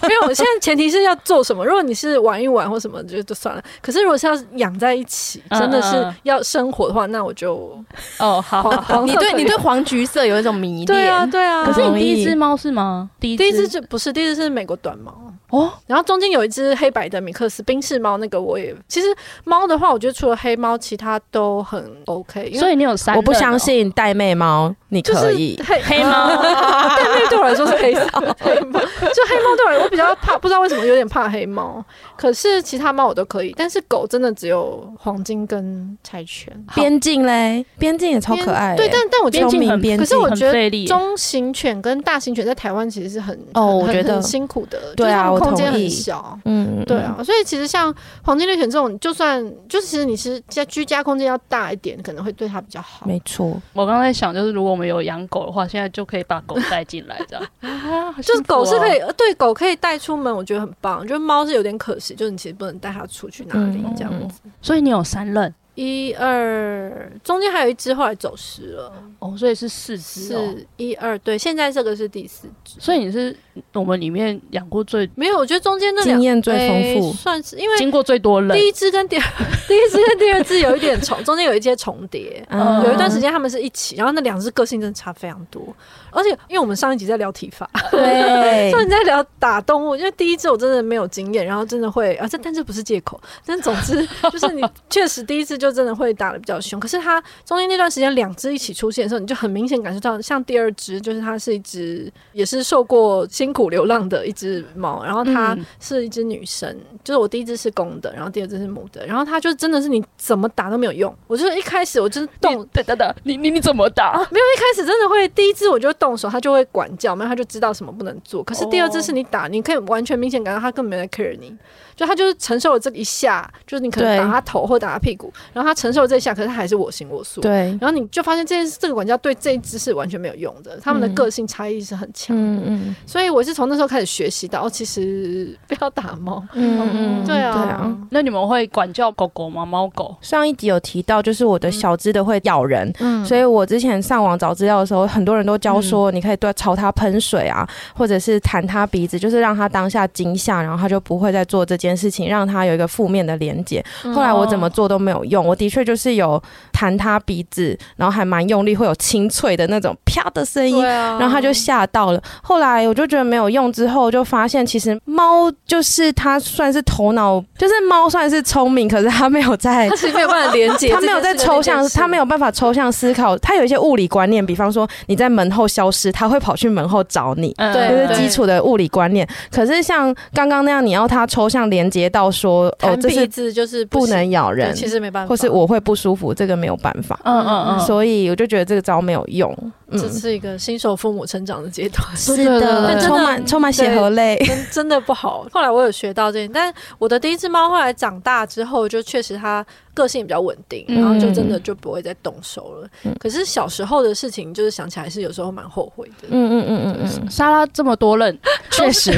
Speaker 2: 没有。现在前提是要做什么？如果你是玩一玩或什么，就就算了。可是如果是要养在一起，
Speaker 1: 嗯
Speaker 2: 真的
Speaker 1: 嗯
Speaker 2: 是
Speaker 1: 嗯
Speaker 2: 要生活的话，那我就
Speaker 1: 哦，好
Speaker 2: 黄黄
Speaker 4: 你
Speaker 2: 色
Speaker 4: 对
Speaker 2: 可以
Speaker 4: 你对黄橘色有一种迷恋，
Speaker 2: 对啊，对啊。
Speaker 1: 可是
Speaker 3: 同
Speaker 1: 你第
Speaker 3: 意
Speaker 1: 一只猫是吗？第一
Speaker 2: 第一只就不是，第一只是美国短毛
Speaker 1: 哦。
Speaker 2: 然后中间有一只黑白的米克斯宾士猫，那个我也其实猫的话，我觉得除了黑猫，其他都很 OK 因为。
Speaker 1: 所以你有三、
Speaker 3: 我不相。信带妹猫你
Speaker 2: 就是
Speaker 3: 可以，
Speaker 2: 黑
Speaker 1: 黑 猫
Speaker 2: 但那个对我来说是黑色黑猫，就黑猫对我来我比较怕，不知道为什么有点怕黑猫。可是其他猫我都可以，但是狗真的只有黄金跟柴犬，
Speaker 3: 边境嘞，边境也超可爱耶。
Speaker 2: 对，但但我觉
Speaker 1: 边
Speaker 2: 得
Speaker 1: 境很
Speaker 3: 边
Speaker 2: 可是我
Speaker 1: 很
Speaker 2: 觉得
Speaker 1: 费力耶，
Speaker 2: 中型犬跟大型犬在台湾其实是很
Speaker 3: 哦
Speaker 2: 很
Speaker 3: 我觉得
Speaker 2: 很辛苦的，
Speaker 3: 对啊
Speaker 2: 就是它们
Speaker 3: 我
Speaker 2: 空间
Speaker 3: 同意
Speaker 2: 很小。
Speaker 3: 嗯，嗯
Speaker 2: 对啊，所以其实像黄金猎犬这种，就算就是其实你是在居家空间要大一点，可能会对它比较好。
Speaker 3: 没错，
Speaker 1: 我刚刚在想，就是如果我们有养狗的话，现在就可以把狗带进来，这样 啊，好
Speaker 2: 就是
Speaker 1: 幸福哦
Speaker 2: 狗是可以，对狗可以带出门，我觉得很棒。就是猫是有点可惜，就是你其实不能带它出去哪里
Speaker 3: 嗯
Speaker 2: 这样子。
Speaker 1: 所以你有三任
Speaker 2: 一二，中间还有一只后来走失了，
Speaker 1: 哦，所以是四只哦，
Speaker 2: 是一二对，现在这个是第四只。
Speaker 1: 所以你是我们里面养过最
Speaker 2: 没有，我觉得中间那两
Speaker 3: 经验最丰富
Speaker 2: 哎算是因为
Speaker 1: 经过最多人
Speaker 2: 第一只跟第二 第一只跟第二只有一点重，中间有一些重叠。
Speaker 3: 嗯
Speaker 2: 有一段时间他们是一起，然后那两只个性真的差非常多，而且因为我们上一集在聊体罚，
Speaker 3: 对
Speaker 2: 上一集在聊打动物，因为第一只我真的没有经验，然后真的会啊，这但这不是借口，但总之 就是你确实第一次就真的会打的比较凶，可是它中间那段时间两只一起出现的时候，你就很明显感受到，像第二只就是它是一只也是受过辛苦流浪的一只猫，然后它
Speaker 1: 嗯
Speaker 2: 是一只女生，就是我第一只是公的，然后第二只是母的，然后它就真的是你怎么打都没有用，我就是一开始我真的动
Speaker 1: 你等等等，你你你怎么打？
Speaker 2: 没有，一开始真的会第一只我就动手，它就会管教，没有它就知道什么不能做。可是第二只是你打，你可以完全明显感到它根本没在 care 你，就它就是承受了这一下，就是你可能
Speaker 3: 对
Speaker 2: 打它头或打它屁股，然后它承受了这一下，可是它还是我行我素。
Speaker 3: 对，
Speaker 2: 然后你就发现这件事，这个管教对这一只是完全没有用的，他们的
Speaker 3: 嗯
Speaker 2: 个性差异是很强。
Speaker 3: 嗯嗯
Speaker 2: 所以我是从那时候开始学习到，哦，其实不要打猫。
Speaker 3: 嗯嗯，
Speaker 2: 对啊，
Speaker 3: 对啊。
Speaker 1: 那你们会管教狗狗吗？猫狗？
Speaker 3: 上一集有提到，就是我的小只的会咬人，
Speaker 2: 嗯
Speaker 3: 所以我之前上网找资料的时候，很多人都教说，你可以对朝它喷水啊，或者是弹它鼻子，就是让它当下惊吓，然后它就不会再做这件事情，让它有一个负面的连接。
Speaker 2: 嗯
Speaker 3: 后来我怎么做都没有用，我的确就是有弹它鼻子，然后还蛮用力，会有清脆的那种啪的声音
Speaker 2: 对，啊，
Speaker 3: 然后他就吓到了。后来我就觉得没有用，之后就发现其实猫就是它算是头脑，就是猫算是聪明，可是它没有在
Speaker 2: 它。其实没有办法连接，
Speaker 3: 它没有在抽象，它没
Speaker 2: 有。
Speaker 3: 有办法抽象思考，它有一些物理观念，比方说你在门后消失，它会跑去门后找你，
Speaker 1: 嗯
Speaker 2: 对
Speaker 3: 这
Speaker 2: 对
Speaker 3: 是基础的物理观念。可是像刚刚那样，你要它抽象连接到说，哦，
Speaker 2: 弹
Speaker 3: 这
Speaker 2: 鼻
Speaker 3: 是
Speaker 2: 子就是
Speaker 3: 不
Speaker 2: 行
Speaker 3: 能咬人
Speaker 2: 对，其实没办法，
Speaker 3: 或是我会不舒服，这个没有办法。
Speaker 1: 嗯嗯嗯，
Speaker 3: 所以我就觉得这个招没有用。嗯
Speaker 2: 这，是一个新手父母成长的阶段，
Speaker 3: 是
Speaker 1: 对对
Speaker 2: 对
Speaker 3: 的，充
Speaker 2: 真的
Speaker 3: 满充满血
Speaker 2: 对
Speaker 3: 和泪。
Speaker 2: 真 真的不好。后来我有学到这点，但我的第一只猫后来长大之后，就确实它个性比较稳定，
Speaker 1: 嗯
Speaker 2: 然后就真的就不会再动手了。
Speaker 3: 嗯
Speaker 2: 可是小时候的事情，就是想起来是有时候蛮后悔的。
Speaker 3: 嗯嗯嗯嗯嗯，
Speaker 1: 莎拉这么多任，
Speaker 3: 确实，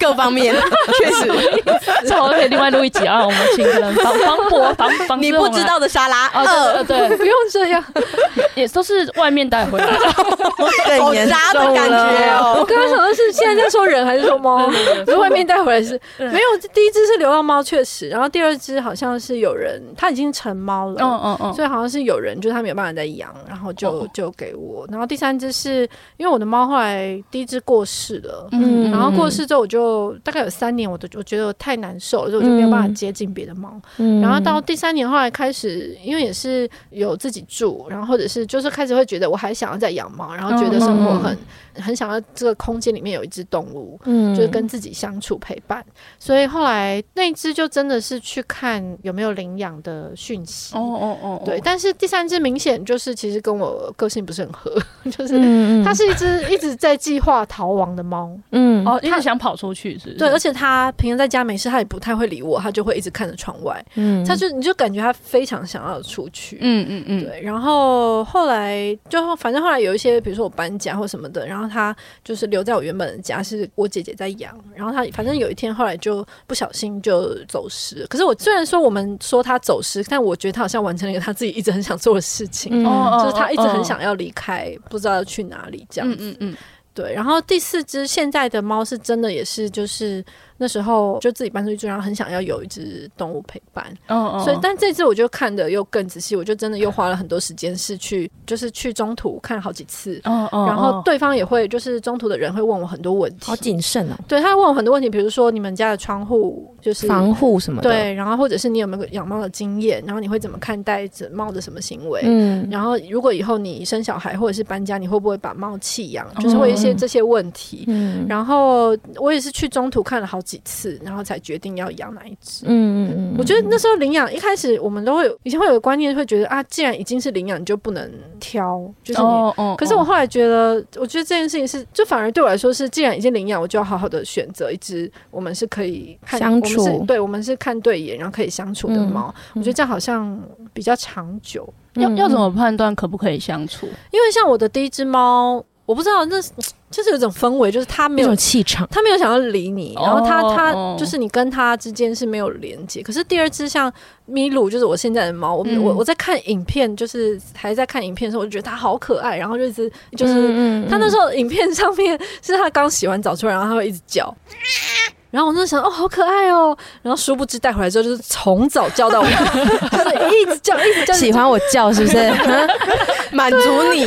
Speaker 3: 各方面确实，
Speaker 1: 这好像可以另外录一集啊。我们请可能防防博防防
Speaker 4: 你
Speaker 1: 志
Speaker 4: 不
Speaker 1: 宏
Speaker 4: 知
Speaker 1: 来
Speaker 4: 道的 沙拉
Speaker 1: 哦，
Speaker 4: 二，
Speaker 1: 对对对，
Speaker 2: 不用这样，
Speaker 1: 也都是外面带回来的。
Speaker 3: 更
Speaker 4: 好
Speaker 3: 严
Speaker 4: 渣的
Speaker 3: 重
Speaker 4: 感觉
Speaker 3: 了。
Speaker 2: 我
Speaker 4: 哦。
Speaker 2: 刚刚想的是现在在说人还是 说猫？可是外面带回来是
Speaker 1: 对
Speaker 2: 没有。第一只是流浪猫，确实，然后第二只好像是有人，它已经成猫了。
Speaker 1: 嗯嗯嗯，
Speaker 2: 所以好像是有人，就是他没有办法再养，然后就
Speaker 1: 哦
Speaker 2: 就给我。然后第三只是因为我的猫后来第一只过世了，
Speaker 1: 嗯，
Speaker 2: 然后过世之后我就大概有三年，我都我觉得我太难受了，所以我就没有办法
Speaker 1: 嗯
Speaker 2: 接近别的猫。然后到第三年后来开始，因为也是有自己住，然后或者是就是开始会觉得我还想要再养猫，然后觉得
Speaker 1: 嗯
Speaker 2: 生活很、很想要这个空间里面有一只动物。
Speaker 3: 嗯
Speaker 2: 就是跟自己相处陪伴，所以后来那一只就真的是去看有没有领养的讯息
Speaker 1: 哦哦哦，
Speaker 2: 对，但是第三只明显就是其实跟我个性不是很合， 就是
Speaker 3: 嗯
Speaker 2: 它是一只一直在计划逃亡的猫，
Speaker 3: 嗯
Speaker 1: 哦，一
Speaker 2: 他
Speaker 1: 直想跑出去是不是？
Speaker 2: 对，而且它平常在家没事，它也不太会理我，它就会一直看着窗外，
Speaker 3: 嗯
Speaker 2: 它就你就感觉它非常想要出去。
Speaker 1: 嗯嗯嗯，
Speaker 2: 对，然后后来就反正后来有一些，比如说我搬家或什么的，然后它就是留在我原本的家，是我姐姐在养。然后它反正有一天后来就不小心就走失了。可是我虽然说我们说它走失，但我觉得它好像完成了一个它自己一直很想做的事情。
Speaker 1: 嗯
Speaker 3: 哦
Speaker 2: 就是他一直很想要离开，不知道要去哪里这
Speaker 1: 嗯
Speaker 2: 样子。
Speaker 1: 嗯嗯，
Speaker 2: 对，然后第四只现在的猫是真的也是，就是那时候就自己搬出去住，然后很想要有一只动物陪伴，
Speaker 1: 哦哦，
Speaker 3: 嗯
Speaker 2: 所以但这只我就看的又更仔细，我就真的又花了很多时间是去，就是去中途看好几次。
Speaker 1: 哦哦，
Speaker 2: 然后对方也会，就是中途的人会问我很多问题
Speaker 3: 嗯好，谨慎哦，
Speaker 2: 对他会问我很多问题，比如说你们家的窗户就是
Speaker 3: 防护什么的。，
Speaker 2: 对，然后或者是你有没有养猫的经验，然后你会怎么看待这猫的什么行为，
Speaker 3: 嗯
Speaker 2: 然后，如果以后你生小孩或者是搬家，你会不会把猫弃养？就是会有一些这些问题。
Speaker 3: 嗯
Speaker 2: 然后我也是去中途看了好几次，然后才决定要养哪一只。
Speaker 3: 嗯嗯
Speaker 2: 我觉得那时候领养一开始我们都会有以前会有个观念，会觉得啊，既然已经是领养，你就不能挑，就是你。
Speaker 1: 哦哦，
Speaker 2: 可是我后来觉得，我觉得这件事情是，就反而对我来说是，既然已经领养，我就要好好的选择一只我们是可以看
Speaker 3: 相
Speaker 2: 我们是
Speaker 3: 处
Speaker 2: 对我们是看对眼，然后可以相处的
Speaker 3: 嗯
Speaker 2: 猫。我觉得这样好像比较长久。
Speaker 1: 要
Speaker 2: 嗯
Speaker 1: 要怎么判断可不可以相处？
Speaker 2: 因为像我的第一只猫，我不知道那就是有一种氛围，就是它没
Speaker 3: 一
Speaker 2: 有
Speaker 3: 种气场。
Speaker 2: 它没有想要理你，然后它
Speaker 1: 哦
Speaker 2: 它
Speaker 1: 哦
Speaker 2: 就是你跟它之间是没有连接。可是第二只像米鲁，就是我现在的猫，我
Speaker 1: 嗯
Speaker 2: 我我在看影片，就是还在看影片的时候，我就觉得它好可爱，然后就一直就是
Speaker 3: 嗯
Speaker 2: 它那时候影片上面是它刚洗完澡出来，然后它会一直叫。然后我那时候想，哦，好可爱哦！然后殊不知带回来之后，就是从早叫到晚，就是一直叫，一直叫。一直叫
Speaker 3: 喜欢我叫是不 是？ 满足你，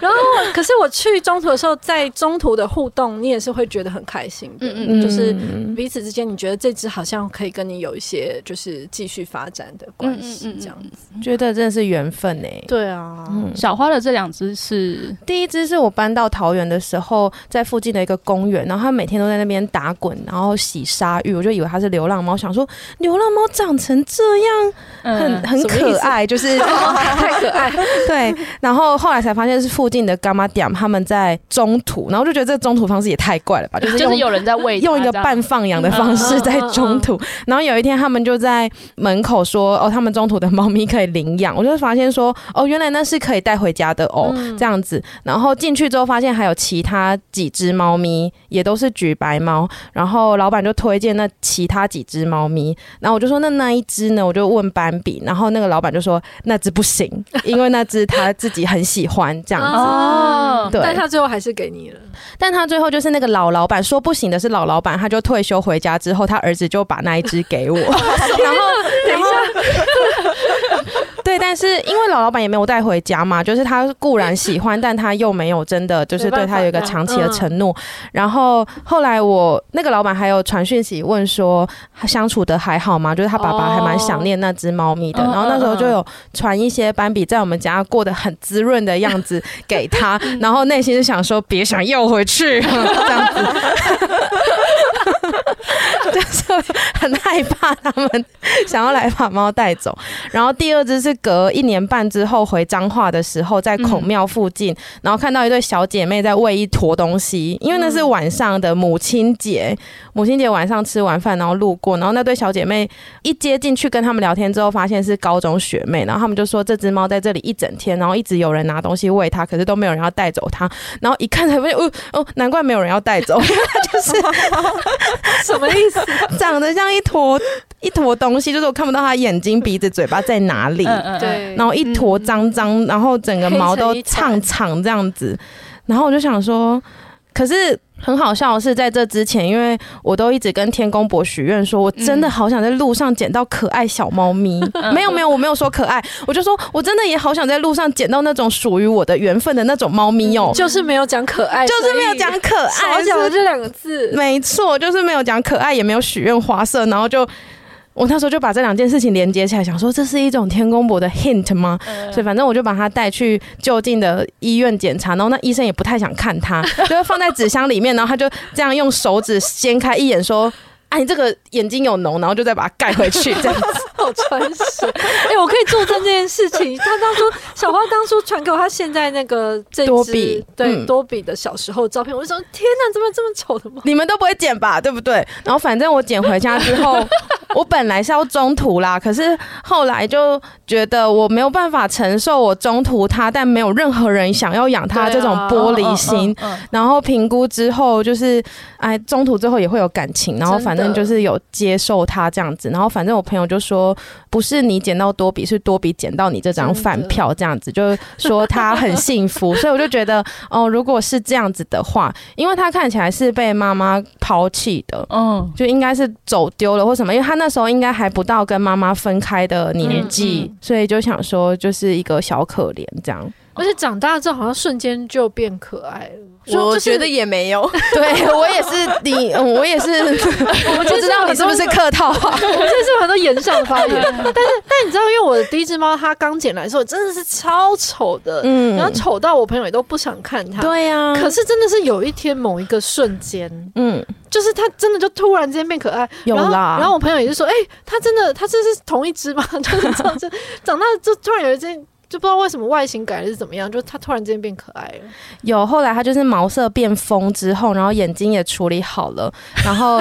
Speaker 2: 然后，可是我去中途的时候，在中途的互动，你也是会觉得很开心的，
Speaker 1: 嗯
Speaker 3: 嗯
Speaker 2: 就是彼此之间，你觉得这只好像可以跟你有一些就是继续发展的
Speaker 1: 嗯
Speaker 2: 关
Speaker 1: 嗯嗯
Speaker 2: 系
Speaker 1: 嗯，
Speaker 2: 这样子。
Speaker 3: 觉得真的是缘分哎、
Speaker 2: 对啊，
Speaker 3: 嗯，
Speaker 1: 小花的这两只是
Speaker 3: 第一只是我搬到桃园的时候，在附近的一个公园，然后它每天都在那边打滚，然后洗鲨鱼，我就以为它是流浪猫，想说流浪猫长成这样
Speaker 1: 嗯
Speaker 3: 很
Speaker 2: 嗯
Speaker 3: 很
Speaker 2: 什么意
Speaker 3: 可
Speaker 2: 思
Speaker 3: 爱，就是
Speaker 2: 太可 爱，
Speaker 3: 对。然后后来才发现是附近的伽马点他们在中途，然后就觉得这中途方式也太怪了吧，就是
Speaker 1: 就是
Speaker 3: 用。
Speaker 1: 有人在喂它
Speaker 3: 用一个
Speaker 1: 这样嗯
Speaker 3: 半放养的方式在中途，然后有一天他们就在门口说：“哦，他们中途的猫咪可以领养。”我就发现说：“哦，原来那是可以带回家的哦。
Speaker 2: 嗯
Speaker 3: 这样子，然后进去之后发现还有其他几只猫咪也都是橘白猫，然后老板就推荐那其他几只猫咪，然后我就说那那一只呢？我就问斑比，然后那个老板就说那只不行，因为那只他自己很喜欢这样 子。
Speaker 1: 哦，
Speaker 3: 对，
Speaker 2: 但他最后还是给你了。
Speaker 3: 但他最后就是那个老老板说不行的是老老板，他就退休回家之后，他儿子就把那一只给我， 然后然后 对，但是因为老老板也没有带回家嘛，就是他固然喜欢，但他又没有真的就是对他有一个长期的承诺。然后后来我那个老板还有传讯息问说他相处的还好吗？就是他爸爸还蛮想念那只猫咪的。
Speaker 1: 哦
Speaker 3: 然后那时候就有传一些斑比在我们家过得很滋润的样子给他，然后内心就想说别想要回去 这样子，就是很害怕他们想要来把猫带走。然后第二只是隔一年半之后回彰化的时候，在孔庙附近，然后看到一对小姐妹在喂一坨东西，因为那
Speaker 2: 嗯
Speaker 3: 是晚上的母亲节，母亲节晚上吃完饭然后路过，然后那对小姐妹一接进去跟他们聊天之后，发现是高中学妹，然后他们就说这只猫在这里一整天，然后一直有人拿东西喂它，可是都没有人要带走它，然后一看才发现，哦哦，难怪没有人要带走，因为 它就是
Speaker 2: 什么意思？
Speaker 3: 长得像一坨一坨东西，就是我看不到它眼睛、鼻子、嘴巴在哪里。
Speaker 1: 嗯嗯，嗯
Speaker 2: 对，
Speaker 3: 然后一坨脏脏，然后整个毛都长长这样子。然后我就想说，可是很好笑的是，在这之前，因为我都一直跟天公伯许愿说，我真
Speaker 2: 嗯
Speaker 3: 的好想在路上捡到可爱小猫 咪。没有没有，我没有说可爱，我就说我真的也好想在路上捡到那种属于我的缘分的那种猫咪哦，
Speaker 2: 嗯就是没有讲可爱，
Speaker 3: 就是没有讲可
Speaker 2: 所以
Speaker 3: 爱，
Speaker 2: 少讲
Speaker 3: 是
Speaker 2: 了这两个字。
Speaker 3: 没错，就是没有讲可爱，也没有许愿花色，然后就我那时候就把这两件事情连接起来，想说这是一种天公伯的 hint 吗？所以反正我就把他带去就近的医院检查，然后那医生也不太想看他，就是放在纸箱里面，然后他就这样用手指掀开一眼说。啊，你这个眼睛有脓，然后就再把它盖回去，这样子
Speaker 2: 好传神！ 哎、我可以作证这件事 情。他当初小花当初传给我，他现在那个这只
Speaker 3: 多比
Speaker 2: 对、
Speaker 3: 嗯
Speaker 2: 多比的小时候的照片，我就说天哪，怎么这么丑的猫？
Speaker 3: 你们都不会剪吧，对不对？然后反正我剪回家之 后，我本来是要中途啦，可是后来就觉得我没有办法承受我中途它，但没有任何人想要养它
Speaker 2: 对
Speaker 3: 这
Speaker 2: 啊
Speaker 3: 种玻璃心，
Speaker 1: 嗯，嗯
Speaker 3: 然后评估之后就是，哎，中途之后也会有感情，然后反正就是有接受他这样子，然后反正我朋友就说，不是你捡到多比，是多比捡到你这张饭票这样子，就是说他很 幸福，所以我就觉得，哦，如果是这样子的话，因为他看起来是被妈妈抛弃的。
Speaker 1: 嗯
Speaker 3: 就应该是走丢了或什么，因为他那时候应该还不到跟妈妈分开的年纪，
Speaker 2: 嗯
Speaker 3: 所以就想说就是一个小可怜这样。
Speaker 2: 而且长大之后好像瞬间就变可爱了。就
Speaker 4: 我
Speaker 2: 是
Speaker 4: 觉得也 没有，
Speaker 3: 对我也是，你嗯我也是，我不知道你是不是客套话。
Speaker 2: 我们这次有很多延上发言，但是但你知道，因为我的第一只猫它刚捡来的时候真的是超丑的，
Speaker 3: 嗯
Speaker 2: 然后丑到我朋友也都不想看它。。
Speaker 3: 对啊呀、
Speaker 2: 可是真的是有一天某一个瞬间，
Speaker 3: 嗯，
Speaker 2: 就是它真的就突然之间变可爱，
Speaker 3: 有
Speaker 2: 然后
Speaker 3: 啦，
Speaker 2: 然后我朋友也是说，哎、它真的，它这是同一只吗？ 就是这样子，长大就突然有一天，就不知道为什么外形改了是怎么样，就它突然之间变可爱了。
Speaker 3: 有后来他就是毛色变丰之后，然后眼睛也处理好了，然后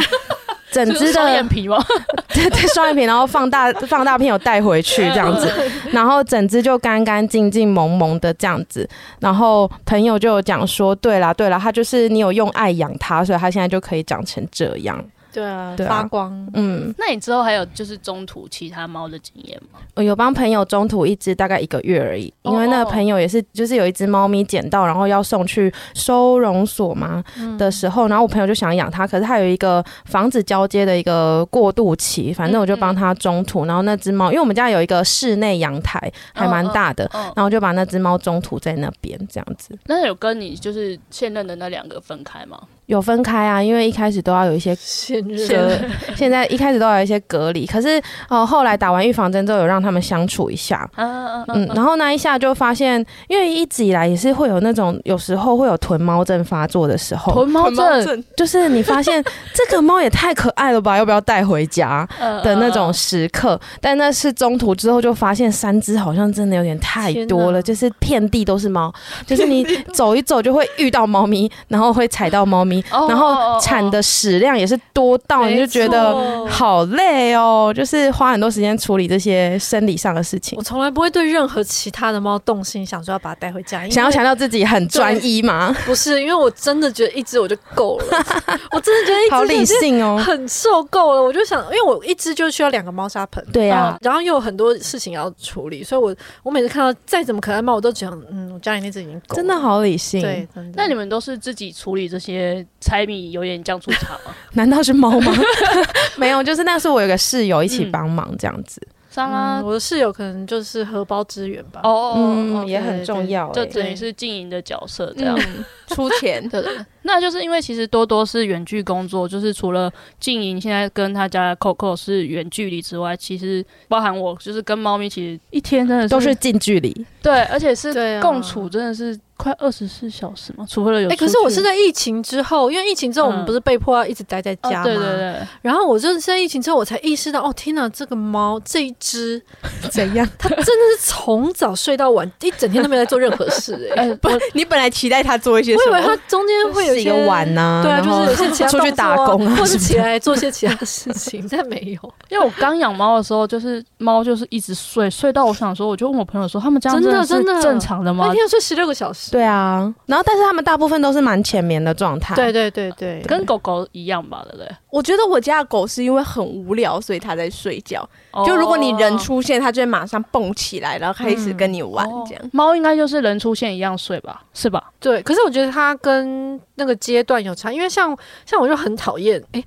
Speaker 3: 整
Speaker 1: 就
Speaker 3: 只
Speaker 1: 是双
Speaker 3: 的
Speaker 1: 眼皮吗？
Speaker 3: 对对，双眼皮，然后放大 放大片有带回去这样 子，然后整只就干干净净、萌萌的这样子。然后朋友就有讲说，对啦对啦，它就是你有用爱养它，所以它现在就可以长成这样。
Speaker 2: 对啊，
Speaker 3: 对啊
Speaker 2: 发光。
Speaker 3: 嗯，
Speaker 1: 那你之后还有就是中途其他猫的经验吗？
Speaker 3: 我呃有帮朋友中途一只大概一个月而已，
Speaker 1: 哦
Speaker 3: 因为那个朋友也是就是有一只猫咪捡到，然后要送去收容所嘛
Speaker 1: 嗯
Speaker 3: 的时候，然后我朋友就想养它，可是它有一个房子交接的一个过渡期，反正我就帮它中途，然后那只猫，因为我们家有一个室内阳台，还蛮大的，
Speaker 1: 嗯，
Speaker 3: 然后就把那只猫中途在那边这样子。
Speaker 1: 那有跟你就是现任的那两个分开吗？
Speaker 3: 有分开啊，因为一开始都要有一些
Speaker 2: 现
Speaker 3: 隔，现在一开始都要有一些隔离，可是哦、呃后来打完预防针之后，有让他们相处一下，
Speaker 1: 嗯嗯
Speaker 3: 嗯，然后那一下就发现，因为一直以来也是会有那种，有时候会有囤猫症发作的时候，
Speaker 1: 囤猫症
Speaker 4: 症
Speaker 3: 就是你发现这个猫也太可爱了吧，要不要带回家
Speaker 1: 嗯
Speaker 3: 的那种时刻。但那是中途之后就发现，三只好像真的有点太多
Speaker 2: 天哪
Speaker 3: 了，就是遍地都是猫，就是你走一走就会遇到猫咪，然后会踩到猫咪，
Speaker 1: 哦哦
Speaker 3: 然后
Speaker 1: 哦
Speaker 3: 产的屎量也是多到你就觉得好累哦，就是花很多时间处理这些生理上的事情
Speaker 2: 我。从来不会对任何其他的猫动心，想说要把它带回家，因为
Speaker 3: 想要强调自己很专一嘛，
Speaker 2: 不是因为我真的觉得一只我就够 了，我哎真的觉得一只
Speaker 3: 好理
Speaker 2: 就已经
Speaker 3: 性哦。
Speaker 2: 很受够了。我就想，因为我一只就需要两个猫砂盆，
Speaker 3: 对啊
Speaker 2: 嗯然后又有很多事情要处理，所以我我每次看到再怎么可爱的猫，我都想，嗯，我家里那只已经够了，
Speaker 3: 真的好理性，
Speaker 2: 对，真的
Speaker 1: 那你们都是自己处理这些柴米油盐酱醋茶 吗？
Speaker 3: 难道是猫 吗？ 没有，就是那是我有个室友一起帮忙这样子，
Speaker 1: 当
Speaker 2: 嗯
Speaker 1: 然，
Speaker 2: 我的室友可能就是荷包支援吧。
Speaker 1: 哦哦
Speaker 3: 嗯，
Speaker 1: 哦，
Speaker 3: 也很重要、
Speaker 1: 这
Speaker 3: 欸。
Speaker 1: 等于是经营的角色这样。
Speaker 4: 嗯，出钱
Speaker 1: 对对，那就是因为其实多多是远距工作，就是除了静莹现在跟他家的 Coco 是远距离之外，其实包含我就是跟猫咪，其实一天真的
Speaker 3: 都是近 距离，
Speaker 1: 对，而且是
Speaker 2: 对啊
Speaker 1: 共处，真的是快二十四小时嘛，除非了有
Speaker 2: 哎、
Speaker 1: 出去。
Speaker 2: 可是我是在疫情之后，因为疫情之后我们
Speaker 1: 嗯
Speaker 2: 不是被迫要一直待在
Speaker 1: 哦
Speaker 2: 家吗？
Speaker 1: 对对对，
Speaker 2: 然后我就是在疫情之后，我才意识到，哦天哪，这个猫这一只，
Speaker 3: 怎样？
Speaker 2: 它真的是从早睡到晚，一整天都没有在做任何事、 哎，
Speaker 1: 呃，不，
Speaker 4: 你本来期待他做
Speaker 3: 呃
Speaker 4: 一些
Speaker 2: 我以
Speaker 4: 什
Speaker 2: 为
Speaker 4: 么
Speaker 2: 它？中间会有
Speaker 3: 是一
Speaker 2: 些
Speaker 3: 个碗呐、
Speaker 2: 对啊，
Speaker 3: 然
Speaker 2: 就
Speaker 3: 后
Speaker 2: 是有些其他
Speaker 3: 出去
Speaker 2: 动作
Speaker 3: 打工 啊
Speaker 2: 或是
Speaker 3: 什么
Speaker 2: 起来做些其他事 情，但没有，
Speaker 1: 因为我刚养猫的时候，就是猫就是一直睡，睡到我想说，我就问我朋友说，他们这样
Speaker 2: 真的
Speaker 1: 的是
Speaker 2: 真的
Speaker 1: 正常的
Speaker 2: 那
Speaker 1: 吗
Speaker 2: 天？要睡十六个小时。
Speaker 3: 对啊，然后但是他们大部分都是蛮浅眠的状态，
Speaker 2: 对对对对，
Speaker 1: 跟狗狗一样吧，对不对？
Speaker 4: 我觉得我家的狗是因为很无聊，所以它在睡觉。
Speaker 1: 哦
Speaker 4: 就如果你人出现，它就会马上蹦起来，然后开始跟你玩这样
Speaker 1: 哦。猫应该就是人出现一样睡吧，是吧？
Speaker 2: 对，可是我觉得它跟那个阶段有差，因为像像我就很讨厌，哎、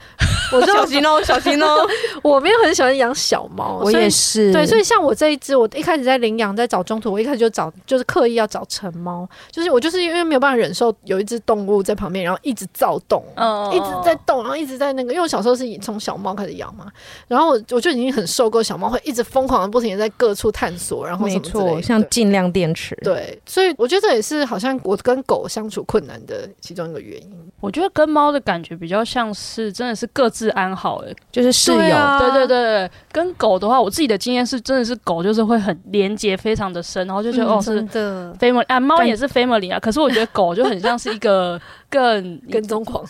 Speaker 2: 我 就
Speaker 4: 小心哦，小心哦！
Speaker 2: 我没有很喜欢养小猫，
Speaker 3: 我
Speaker 2: 所以
Speaker 3: 也是，
Speaker 2: 对，所以像我这一只，我一开始在领养，在找中途，我一开始就找，就是刻意要找成猫，就是我就是因为没有办法忍受有一只动物在旁边，然后一直躁动，
Speaker 1: 嗯
Speaker 2: 一直在动，然后一直在那个，因为我小时候是从小猫开始养嘛，然后我我就已经很受够小猫会一直疯狂的不停的在各处探索，然后什
Speaker 3: 没
Speaker 2: 么之类
Speaker 3: 错，
Speaker 2: 的
Speaker 3: 像尽量电池，
Speaker 2: 对，所以我觉得这也是好像我跟狗相处困难的其中一个原因。
Speaker 1: 我觉得跟猫的感觉比较像是真的是各自安好、欸，
Speaker 3: 就是室
Speaker 4: 对
Speaker 3: 友，
Speaker 4: 啊
Speaker 1: 对对对对，跟狗的话，我自己的经验是真的是狗就是会很连接非常的深，然后就觉得、哦是
Speaker 2: 真
Speaker 4: 嗯
Speaker 2: 的
Speaker 1: family 啊，猫也是 family 啊，可是我觉得狗就很像是一个 更
Speaker 2: 跟踪狂，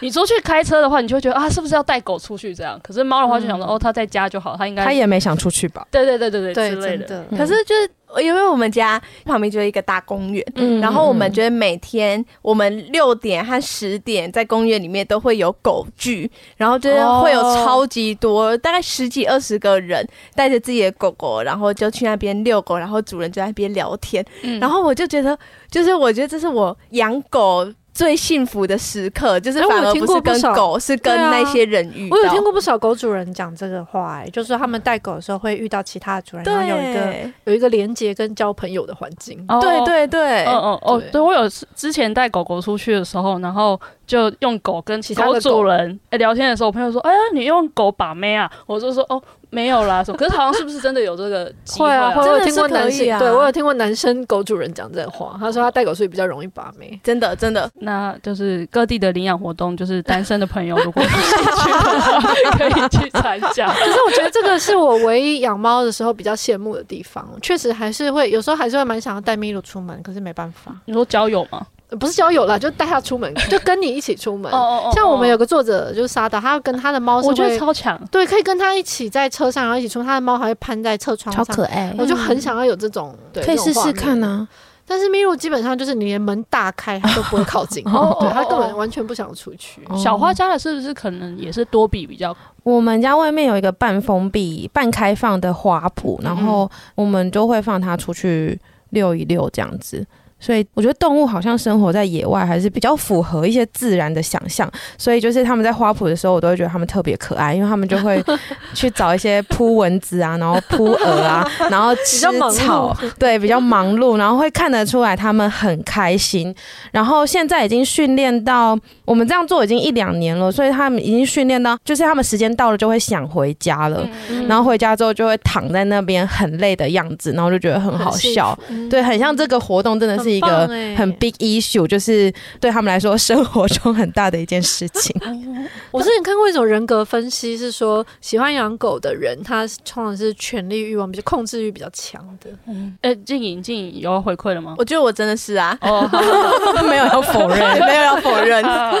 Speaker 1: 你出去开车的话，你就会觉得啊是不是要带狗出去这样，可是猫的话就想说、哦它在家就好，它应该
Speaker 3: 他也没想出去吧？
Speaker 1: 对对对对
Speaker 2: 对，
Speaker 1: 之类
Speaker 2: 真
Speaker 1: 的。
Speaker 2: 的。
Speaker 4: 可是就是因为我们家旁边就是一个大公园，
Speaker 3: 嗯
Speaker 4: 然后我们觉得每天我们六点和十点在公园里面都会有狗聚，然后就是会有
Speaker 1: 哦
Speaker 4: 超级多，大概十几二十个人带着自己的狗狗，然后就去那边遛狗，然后主人就在那边聊天，
Speaker 1: 嗯
Speaker 4: 然后我就觉得，就是我觉得这是我养狗。最幸福的时刻就是
Speaker 2: 哎我有
Speaker 4: 反而
Speaker 2: 听
Speaker 4: 不
Speaker 2: 过
Speaker 4: 是
Speaker 2: 不
Speaker 4: 跟
Speaker 2: 少
Speaker 4: 狗，是跟
Speaker 2: 对啊
Speaker 4: 那些人遇到。
Speaker 2: 我有听过不少狗主人讲这个话、哎，就是他们带狗的时候会遇到其他的主人，
Speaker 4: 对，
Speaker 2: 然后有一个有一个连接跟交朋友的环境。
Speaker 1: 哦
Speaker 4: 对对对，
Speaker 1: 哦哦哦
Speaker 2: 对，
Speaker 1: 对我有之之前带狗狗出去的时候，然后就用狗跟其
Speaker 2: 他的
Speaker 1: 他
Speaker 2: 狗
Speaker 1: 主人哎聊天的时候，我朋友说：“哎呀，你用狗把妹啊？”我就说：“哦，没有啦。”什么？可是好像是不是真的有这个机会啊？
Speaker 2: 我
Speaker 4: 真的
Speaker 2: 有听
Speaker 4: 是
Speaker 2: 过
Speaker 4: 可
Speaker 2: 男
Speaker 4: 以
Speaker 2: 性，
Speaker 4: 啊
Speaker 2: 对我有听过男生狗主人讲这话，他说他带狗所以比较容易把妹。
Speaker 4: 真的真的，
Speaker 1: 那就是各地的领养活动，就是单身的朋友如果有兴趣的 话，可以去参加。
Speaker 2: 可是 我觉得这个是我唯一养猫的时候比较羡慕的地方，确实还是会有时候还是会蛮想要带咪露出门，可是没办法。
Speaker 1: 你说交友吗？
Speaker 2: 呃不是交友啦，就带它出门， 就跟你一起出门。
Speaker 1: 哦
Speaker 2: 像我们有个作者就是沙达，他要跟他的猫是
Speaker 1: 我觉得
Speaker 2: 会，
Speaker 1: 超强，
Speaker 2: 对，可以跟他一起在车上，然后一起出门，他的猫还会攀在车窗
Speaker 3: 超
Speaker 2: 上。
Speaker 3: 可爱，嗯
Speaker 2: 我就很想要有这种，对，
Speaker 3: 可以
Speaker 2: 这种
Speaker 3: 试
Speaker 2: 画
Speaker 3: 试
Speaker 2: 面
Speaker 3: 看。啊。
Speaker 2: 但是咪露基本上就是你连门大开，它都不会靠 近，
Speaker 1: 哦
Speaker 2: 对，它根
Speaker 1: 哦
Speaker 2: 本完全不想出去。
Speaker 1: 小花
Speaker 3: 哦，
Speaker 1: 家的是不是可能也是多比比较
Speaker 3: 我们家外面有一个半封闭、半开放的花圃，然
Speaker 2: 嗯
Speaker 3: 后我们就会放它出去溜一溜这样子。所以我觉得动物好像生活在野外，还是比较符合一些自然的想象。所以就是他们在花圃的时候，我都会觉得他们特别可爱，因为他们就会 去找一些扑蚊子啊，然后扑蛾啊，然后吃
Speaker 2: 较忙碌
Speaker 3: 草，对，比较忙碌，然后会看得出来他们很开心。然后现在已经训练到我们这样做已经一两年了，所以他们已经训练到，就是他们时间到了就会想回家了。
Speaker 1: 嗯
Speaker 3: 然后回家之后就会躺在那边很累的样子，然后就觉得很好笑，
Speaker 4: 嗯
Speaker 3: 对，很像这个活动真的是一个
Speaker 1: 很棒欸
Speaker 3: 很 big issue，就是对他们来说生活中很大的一件事 情。
Speaker 2: 我之前看过一种人格分析，是说喜欢养狗的人，他是通常是权力欲望比较、控制欲比较强的。
Speaker 1: 呃，静颖，静颖有回馈了吗？
Speaker 4: 我觉得我真的是啊，
Speaker 1: 哦，
Speaker 3: 没有要否认，
Speaker 4: 没有要否 认，
Speaker 1: 好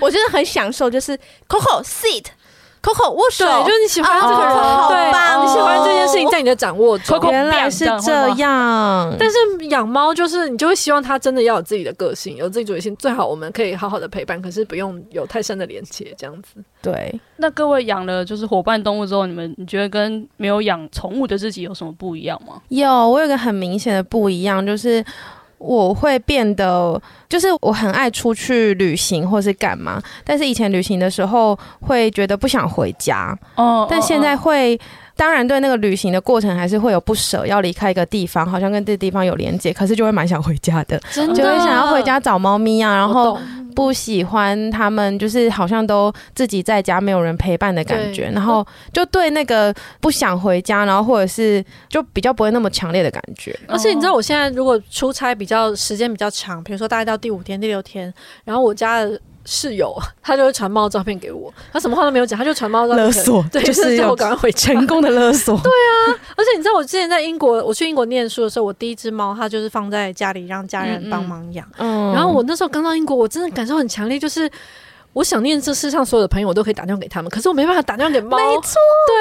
Speaker 4: 我就是很享受，就是 Coco sit，Coco 握手，
Speaker 2: 对，就是你喜欢这个人，
Speaker 1: 哦
Speaker 2: 对，
Speaker 1: 好棒
Speaker 2: 你喜欢这件事情在你的掌握中。
Speaker 1: Coco
Speaker 3: 原来是这样。
Speaker 2: 但是养猫就是你就会希望它真的要有自己的个性，有自己主意性，最好我们可以好好的陪伴，可是不用有太深的连接，这样子。
Speaker 3: 对，
Speaker 1: 那各位养了就是伙伴动物之后，你们你觉得跟没有养宠物的自己有什么不一样吗？
Speaker 3: 有我有一个很明显的不一样，就是我会变得，就是我很爱出去旅行或是干嘛，但是以前旅行的时候会觉得不想回家，
Speaker 1: 哦
Speaker 3: 但现在会。当然，对那个旅行的过程还是会有不舍，要离开一个地方，好像跟这地方有连接，可是就会蛮想回家的，
Speaker 2: 真啊
Speaker 3: 就会想要回家找猫咪啊，然后
Speaker 2: 我懂
Speaker 3: 不喜欢他们，就是好像都自己在家没有人陪伴的感觉，
Speaker 2: 对
Speaker 3: 然后就对那个不想回家，然后或者是就比较不会那么强烈的感觉。
Speaker 2: 而且
Speaker 3: 哦
Speaker 2: 你知道，我现在如果出差比较时间比较长，比如说大概到第五天、第六天，然后我家的室友他就会传猫照片给我，他什么话都没有讲，他就传猫照片给我
Speaker 3: 勒索
Speaker 2: 对，
Speaker 3: 就是
Speaker 2: 叫
Speaker 3: 有
Speaker 2: 我赶快回家。
Speaker 3: 成功的勒索，对，
Speaker 2: 而且你知道，我之前在英国，我去英国念书的时候，我第一只猫它就是放在家里让家人帮忙养。
Speaker 3: 嗯
Speaker 2: 然后我那时候刚到英国，我真的感受很强烈，就是。我想念这世上所有的朋友，我都可以打电话给他们，可是我没办法打电话给猫，没错，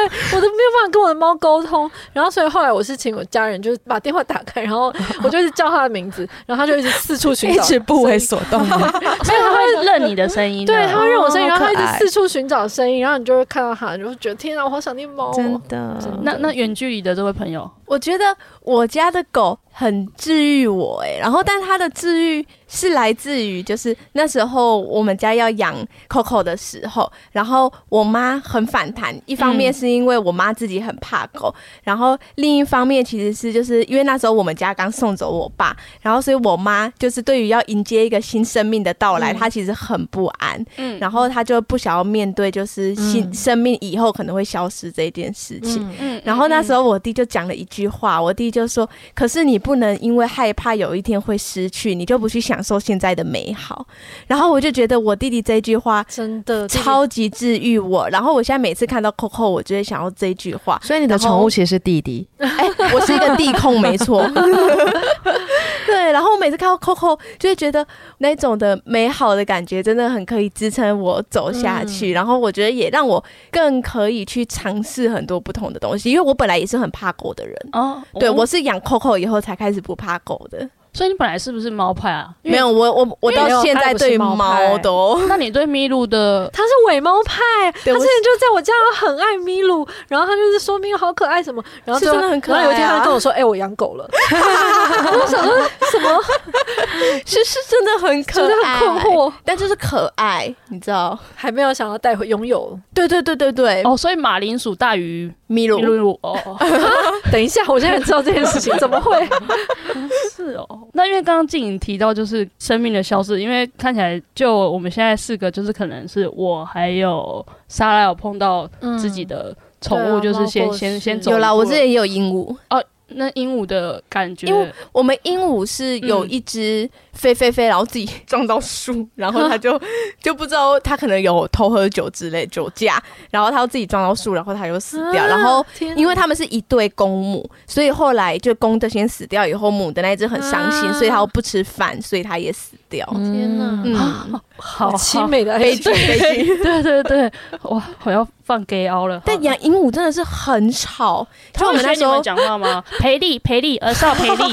Speaker 2: 对我都没有办法跟我的猫沟通。然后所以后来我是请我家人，就是把电话打开，然 后我就一直叫它的名字，然后它就一直四处寻
Speaker 3: 一
Speaker 2: 找，
Speaker 3: 直不为所动，
Speaker 1: 所以它会认你的声 音的，啊
Speaker 4: 啊
Speaker 2: 对，它会让我声音，
Speaker 3: 哦
Speaker 2: 然后它一
Speaker 3: 好可爱
Speaker 2: 直四处寻找声音，然后你就会看到它，你就会觉得天哪，我好想念猫、
Speaker 3: 真
Speaker 2: 哦。
Speaker 3: 的。
Speaker 1: 那那远距离的这位朋友，
Speaker 4: 我觉得我家的狗很治愈我哎、然后但它的治愈是来自于就是那时候我们家要养 Coco 的时候，然后我妈很反弹，一方面
Speaker 1: 嗯
Speaker 4: 是因为我妈自己很怕狗，然后另一方面其实是就是因为那时候我们家刚送走我爸，然后所以我妈就是对于要迎接一个新生命的到来，
Speaker 1: 嗯
Speaker 4: 她其实很不安，
Speaker 1: 嗯
Speaker 4: 然后她就不想要面对就是新
Speaker 2: 嗯
Speaker 4: 生命以后可能会消失这件事情。
Speaker 2: 嗯，
Speaker 1: 嗯
Speaker 4: 然后那时候我弟就讲了一句话，我弟就说：“可是你不能因为害怕有一天会失去，你就不去享受现在的美好。”然后我就觉得我弟弟这句话
Speaker 2: 真的
Speaker 4: 超级治愈我。然后我现在每次看到 Coco，我就会想要这句话。
Speaker 3: 所以你的
Speaker 4: 然后
Speaker 3: 宠物其实是弟弟，
Speaker 4: 哎、我是一个地控，没错。 对，然后我每次看到 Coco，就会觉得那种的美好的感觉，真的很可以支撑我走下去。然后我觉得也让我更可以去尝试很多不同的东西，因为我本来也是很怕狗的人。
Speaker 1: 哦，
Speaker 4: 对，
Speaker 1: 哦
Speaker 4: 我是养 Coco 以后才开始不怕狗的。
Speaker 1: 所以你本来是不是猫派啊？
Speaker 4: 没有，我我我
Speaker 2: 因为没
Speaker 4: 到
Speaker 2: 有
Speaker 4: 现在对于
Speaker 2: 它也不
Speaker 4: 猫哦
Speaker 2: 是
Speaker 4: 都，
Speaker 1: 那你对麋鹿 的
Speaker 2: 他是伪猫派，他
Speaker 4: 对
Speaker 2: 之
Speaker 4: 我
Speaker 2: 前就在我家很爱咪露，然后他就是说咪露好可爱什么，然后
Speaker 4: 是
Speaker 2: 就
Speaker 4: 真的很可爱啊
Speaker 2: 然后有一天他就跟我说：“哎、我养狗了。”我想说什么，
Speaker 4: 是是真的很可
Speaker 2: 觉得
Speaker 4: 爱，
Speaker 2: 很困，惑，
Speaker 4: 但就是可爱，你知道？
Speaker 2: 还没有想要带回拥有。
Speaker 4: 对对对对对，
Speaker 1: 哦，所以马铃薯大于
Speaker 4: 米鲁
Speaker 1: 麋鹿哦，哦
Speaker 2: 等一下，我现在才知道这件事 情怎么会？
Speaker 1: 是哦，那因为刚刚静颖提到就是生命的消逝，因为看起来就我们现在四个，就是可能是我还有莎拉有碰到自己的宠
Speaker 2: 对
Speaker 1: 物，
Speaker 2: 啊
Speaker 1: 就是先、
Speaker 2: 猫或
Speaker 1: 先
Speaker 2: 是
Speaker 1: 先走一步
Speaker 4: 有
Speaker 1: 了。
Speaker 4: 啦，我之前也有鹦鹉，
Speaker 1: 那鹦鹉的感觉，
Speaker 4: 因为我们鹦鹉是有一只飞飞飞，然后自己嗯 撞到树，然后它就 就不知道它可能有偷喝酒之类酒驾，然后它自己撞到树，然后它就死掉。然后因为它们是一对公母，所以后来就公的先死掉，以后母的那一只很伤心，
Speaker 2: 啊
Speaker 4: 所以它不吃饭，所以它也死掉。
Speaker 2: 天哪
Speaker 1: 啊
Speaker 4: 嗯，
Speaker 1: 好
Speaker 2: 凄
Speaker 1: 好
Speaker 2: 美的爱
Speaker 4: 悲
Speaker 2: 情
Speaker 4: 剧，悲剧。
Speaker 1: 对对对，哇，我要放 gay 凹了。
Speaker 4: 但养鹦鹉真的是很吵，就
Speaker 1: 他
Speaker 4: 我
Speaker 1: 们
Speaker 4: 们那
Speaker 1: 学
Speaker 4: 时
Speaker 1: 你
Speaker 4: 候
Speaker 1: 们讲话吗？赔力赔力，儿少赔 力。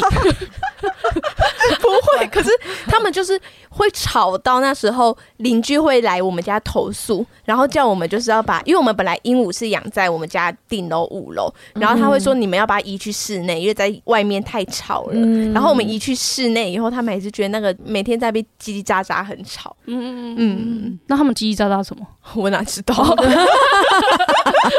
Speaker 4: 不会，可是他们就是会吵到那时候，邻居会来我们家投诉，然后叫我们就是要把，因为我们本来鹦鹉是养在我们家顶楼五楼，嗯然后他会说你们要把它移去室内，因为在外面太吵了。
Speaker 1: 嗯
Speaker 4: 嗯然后 我们移去室内以后，他们还是觉得那个每天在那边叽叽喳喳很吵。
Speaker 1: 嗯嗯嗯。
Speaker 4: 嗯，
Speaker 1: 那他们叽叽喳喳什么？
Speaker 4: 我哪知道？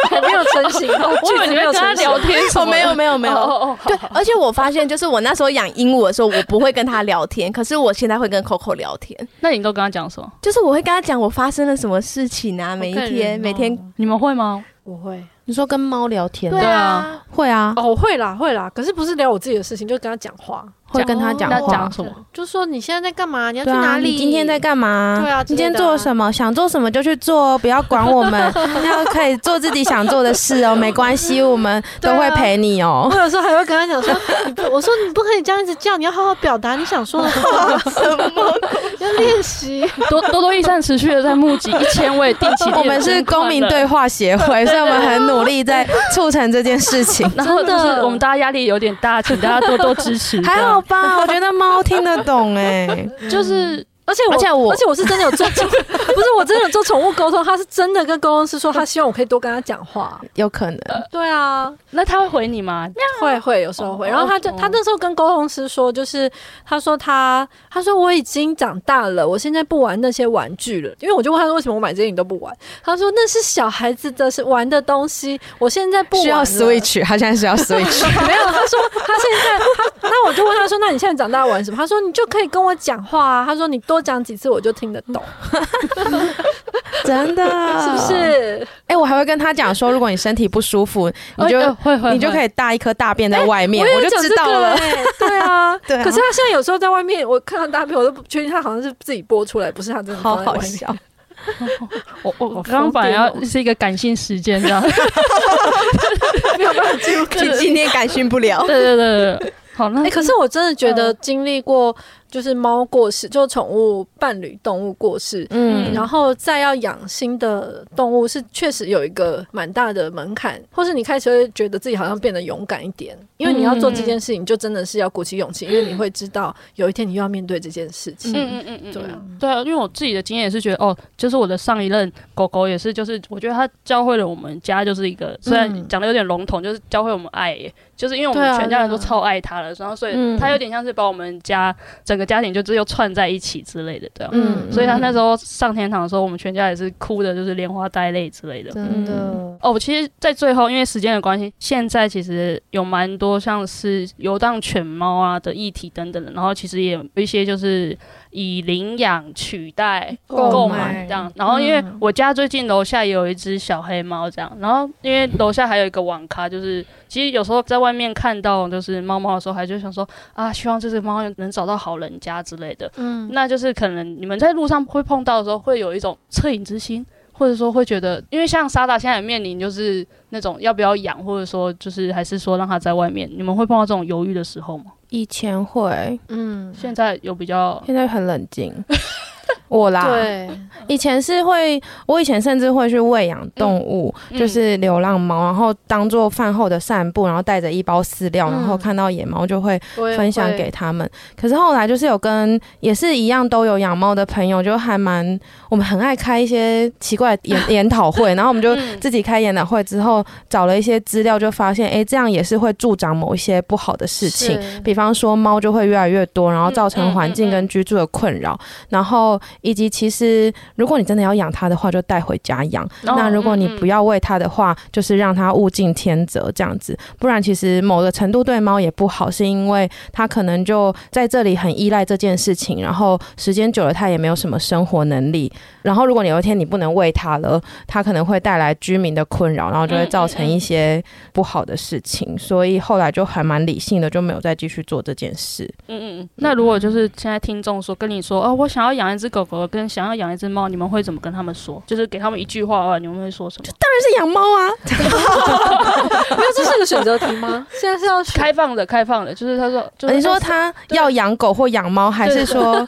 Speaker 2: 还没有成型哦，
Speaker 1: 我以为你
Speaker 2: 没
Speaker 1: 会
Speaker 2: 有
Speaker 1: 跟他
Speaker 2: 成型
Speaker 1: 聊天什
Speaker 4: 哦，
Speaker 1: 么的。
Speaker 4: 没有没有没有。
Speaker 1: 哦哦
Speaker 4: 对，而且我发现，就是我那时候养鹦鹉的时候，我不会跟它聊天，可是我现在会跟 Coco 聊天。
Speaker 1: 那你都跟他讲什么？
Speaker 4: 就是我会跟他讲我发生了什么事情啊，每一
Speaker 2: 感人
Speaker 4: 天、
Speaker 2: 哦
Speaker 4: 每天，
Speaker 1: 你们会吗？
Speaker 2: 我会
Speaker 3: 你说跟猫聊天
Speaker 1: 对
Speaker 3: 的，
Speaker 1: 啊，
Speaker 3: 会啊，
Speaker 2: 哦，我会啦会啦，可是不是聊我自己的事情，就跟他讲话，
Speaker 3: 会跟他讲
Speaker 1: 那
Speaker 3: 话
Speaker 1: 讲。什么？
Speaker 2: 就说你现在在干嘛？你要去
Speaker 3: 对啊
Speaker 2: 哦哪里？
Speaker 3: 你今天在干嘛？
Speaker 2: 对啊
Speaker 3: 你今天
Speaker 2: 之类的啊
Speaker 3: 做了什么？想做什么就去做哦，不要管我 们，要可以做自己想做的事哦，没关系，我们都
Speaker 2: 对
Speaker 3: 会
Speaker 2: 啊
Speaker 3: 陪你哦
Speaker 2: 我。有时候还会跟他讲说，你不，我说你不可以这样子叫，你要好好表达你想说的话，要练习。
Speaker 1: 多多多益善持续的在募集一千位定 期，。
Speaker 3: 我们是公民对，话协会，所以我们很努力在促成这件事 情
Speaker 1: 然后就
Speaker 2: 真
Speaker 1: 是
Speaker 2: 的
Speaker 1: 我们大家压力有点大，请大家多多支 持。
Speaker 3: 还好
Speaker 2: 啊
Speaker 3: 吧，我觉得猫听得 懂哎、
Speaker 1: 这样，就是
Speaker 2: 而且我，
Speaker 3: 而且我
Speaker 2: 而且我是真的有做宠，不是我真的有做宠物沟通，他是真的跟沟通师说，他希望我可以多跟他讲话。
Speaker 3: 有可能。
Speaker 2: 对啊，
Speaker 1: 那他会回你吗？
Speaker 2: 会会有时候会，然后他就
Speaker 1: 哦
Speaker 2: 他那时候跟沟通师说，就是他说他他说我已经长大了，我现在不玩那些玩具了，因为我就问他说为什么我买这些你都不玩，他说那是小孩子的是玩的东西，我现在不玩
Speaker 3: 需要
Speaker 2: 了
Speaker 3: switch，他现在需要 switch，
Speaker 2: 没有，他说他现在他，那我就问他说，那你现在长大玩什么？他说你就可以跟我讲话啊，他说你多讲几次我就听得懂，
Speaker 3: 真的
Speaker 2: 是不？是？
Speaker 3: 哎、我还会跟他讲说，如果你身体不舒服，你
Speaker 1: 哎哎
Speaker 3: 就
Speaker 1: 会会，
Speaker 3: 哦你就可
Speaker 1: 以。
Speaker 3: 以大一颗大便在外面，
Speaker 2: 哎也
Speaker 3: 我
Speaker 2: 有
Speaker 3: 就
Speaker 2: 讲
Speaker 3: 知
Speaker 2: 这
Speaker 3: 道
Speaker 2: 个
Speaker 3: 了。
Speaker 2: 欸对啊，
Speaker 3: 对啊
Speaker 2: 可是他现在有时候在外面，我看到大便，我都不确定他好像是自己播出来，不是他真的
Speaker 3: 好
Speaker 2: 放在
Speaker 3: 好
Speaker 2: 外面
Speaker 3: 笑，
Speaker 1: 我我
Speaker 2: 好
Speaker 1: 刚刚
Speaker 2: 疯
Speaker 1: 本来
Speaker 2: 癫
Speaker 1: 要
Speaker 2: 哦
Speaker 1: 是一个感性时间这样。
Speaker 2: 没有办法进 入
Speaker 4: 就今天感性 不了。
Speaker 1: 对对对对对，好，那
Speaker 3: 嗯
Speaker 2: 哎、可是我真的觉得经历过就是猫过世，就宠物伴侣动物过世，
Speaker 3: 嗯，
Speaker 2: 然后再要养新的动物，是确实有一个蛮大的门槛，或是你开始会觉得自己好像变得勇敢一点，因为你要做
Speaker 3: 嗯
Speaker 2: 这件事情，就真的是要鼓起勇气，因为你会知道有一天你又要面对这件事情。
Speaker 1: 嗯嗯嗯嗯，
Speaker 2: 对啊
Speaker 1: 嗯，对啊，因为我自己的经验也是觉得，哦，就是我的上一任狗狗也是，就是我觉得它教会了我们家就是一个，虽然
Speaker 2: 嗯
Speaker 1: 讲的有点笼统，就是教会我们爱耶，就是因为我
Speaker 2: 对
Speaker 1: 们
Speaker 2: 啊
Speaker 1: 全家人都
Speaker 2: 对啊
Speaker 1: 超爱它了，然后所以
Speaker 3: 嗯
Speaker 1: 它有点像是把我们家整个家庭就只有串在一起之类的这样。
Speaker 3: 嗯
Speaker 1: 所以它那时候上天堂的时候，我们全家也是哭的，就是连花带泪之类
Speaker 4: 嗯
Speaker 1: 的。
Speaker 3: 真
Speaker 2: 的
Speaker 1: 哦，我其实，在最后，因为时间的关系，现在其实有蛮多像是游荡犬猫啊的议题等等的，然后其实也有一些就是以领养取代
Speaker 2: 购
Speaker 1: 购
Speaker 2: 买嗯
Speaker 1: 买这样。然后因为我家最近楼下也有一只小黑猫这样，然后因为楼下还有一个网咖，就是其实有时候在外面看到就是猫猫的时候，还就想说啊，希望这只猫能找到好人家之类的。
Speaker 2: 嗯，
Speaker 1: 那就是可能你们在路上会碰到的时候，会有一种恻隐之心，或者说会觉得，因为像莎达现在也面临就是那种要不要养，或者说就是还是说让它在外面，你们会碰到这种犹豫的时候吗？
Speaker 3: 以前会，
Speaker 2: 嗯，
Speaker 1: 现在有比较
Speaker 3: 现在很冷 静。我啦，
Speaker 2: 对，
Speaker 3: 以前是会，我以前甚至会去喂养动物，
Speaker 1: 嗯
Speaker 3: 就是流浪猫，然后当做饭后的散步，然后带着一包饲料，
Speaker 2: 嗯
Speaker 3: 然后看到野猫就会
Speaker 2: 我也
Speaker 3: 分享
Speaker 2: 会
Speaker 3: 给他们。
Speaker 1: 嗯
Speaker 3: 可是后来就是有跟也是一样都有养猫的朋友，就还蛮我们很爱开一些奇怪的 研研讨会，然后我们就
Speaker 1: 嗯
Speaker 3: 自己开研讨会之后找了一些资料，就发现诶，这样也是会助长某一些不好的事情。
Speaker 2: 是
Speaker 3: 比方说猫就会越来越多，然后造成环境跟居住的困扰。然后以及其实如果你真的要养它的话，就带回家养。那如果你不
Speaker 1: 要，
Speaker 3: 要喂它的话，就是让它物竞天择这样子，不然其实某个程度对猫也不好，是因为它可能就在这里很依赖这件事情，然后时间久了它也没有什么生活能力，然后如果你有一天你不能喂它了，它可能会带来居民的困扰，然后
Speaker 1: 嗯
Speaker 3: 就会造成一些不好的事情，所以后来就还蛮理性的，就没有再继续做这件事。
Speaker 1: 嗯嗯嗯。那如果就是现在听众说跟你说哦，我想要养一只狗狗，跟想要养一只猫，你们会怎么跟他们说？就是给他们一句话的啊话，你们会说什么？
Speaker 3: 但是养猫啊，
Speaker 2: 没有，这是个选择题吗？ 现在是要选
Speaker 1: 开放的，开放的，就是他说，就是
Speaker 3: 你说他要养狗或养猫，还是说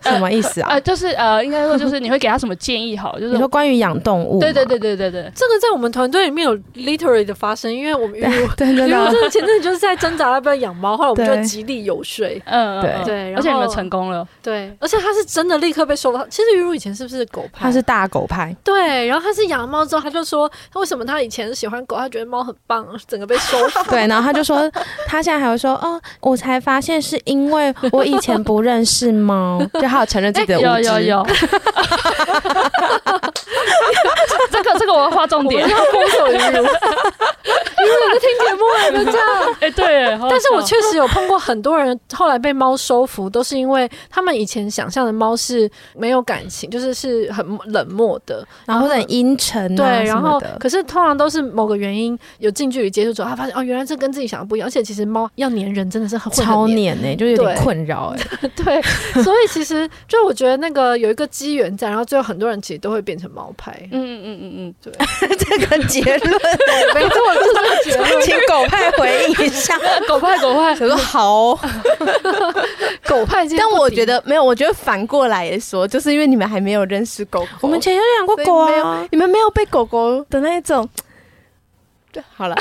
Speaker 3: 什么意思
Speaker 1: 啊、
Speaker 3: 啊？
Speaker 1: 就是呃，应该说就是你会给他什么建议好？就是
Speaker 3: 你说关于养动物吗？
Speaker 1: 对对对对对对，
Speaker 2: 这个在我们团队里面有 literally 的发生，因为我们鱼我
Speaker 3: 对对
Speaker 2: 鱼我
Speaker 3: 对
Speaker 2: 真的前阵子就是在挣扎要不要养猫，后来我们
Speaker 3: 对
Speaker 2: 就极力游说。
Speaker 1: 嗯，嗯
Speaker 3: 对
Speaker 1: 嗯
Speaker 2: 对然后
Speaker 1: 而且你们成功了，
Speaker 2: 对，而且它是真的立刻被收到。其实鱼如以前是不是狗派？
Speaker 3: 他是大 狗派，
Speaker 2: 对，然后他是养猫之后，他就说他为什么他以前是喜欢狗，他觉得猫很棒，整个被收服。
Speaker 3: 对，然后他就说，他现在还会说，哦，我才发现是因为我以前不认 识猫，就他有承认自己的无知。
Speaker 1: 哎有有有，这个这个我要划重
Speaker 2: 我
Speaker 1: 点
Speaker 2: 们，要封锁鱼如，鱼如在听节目哎，人家。
Speaker 1: 哎对，
Speaker 4: 哦
Speaker 1: 好好
Speaker 2: 但是
Speaker 4: 嗯
Speaker 2: 我
Speaker 1: 笑
Speaker 2: 确实有碰过很多人，后来被猫收服，都是因为他们以前想象的猫是没有感情，就是是很冷漠的，
Speaker 3: 然后或者很阴沉、
Speaker 4: 嗯
Speaker 3: 啊，
Speaker 2: 对，然后
Speaker 3: 的。
Speaker 2: 可是通常都是某个原因有近距离接触之后，他发现哦，原来这跟自己想的不一样，而且其实猫要粘人真的是很会很
Speaker 3: 超
Speaker 2: 黏
Speaker 3: 黏呢、就有点
Speaker 2: 对
Speaker 3: 困扰哎、
Speaker 2: 对，所以其实就我觉得那个有一个机缘在，然后最后很多人其实都会变成猫派。
Speaker 1: 嗯嗯嗯嗯嗯，
Speaker 2: 对，
Speaker 3: 这个结论，
Speaker 2: 没错，就是这个结论。
Speaker 3: 请狗派回应一下。
Speaker 1: 狗派狗 派，
Speaker 3: 我说好哦、
Speaker 2: 狗派今天
Speaker 4: 但
Speaker 2: 不
Speaker 4: 我
Speaker 2: 敌
Speaker 4: 觉得没有，我觉得反过来也说，就是因为你们还没有认识狗狗，
Speaker 3: 我们前就养过
Speaker 4: 所以
Speaker 3: 狗
Speaker 4: 没
Speaker 3: 啊
Speaker 4: 有，，你们没有被狗狗的那一种。对，好 了，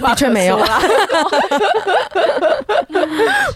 Speaker 3: 的确没有
Speaker 4: 无话可说啦。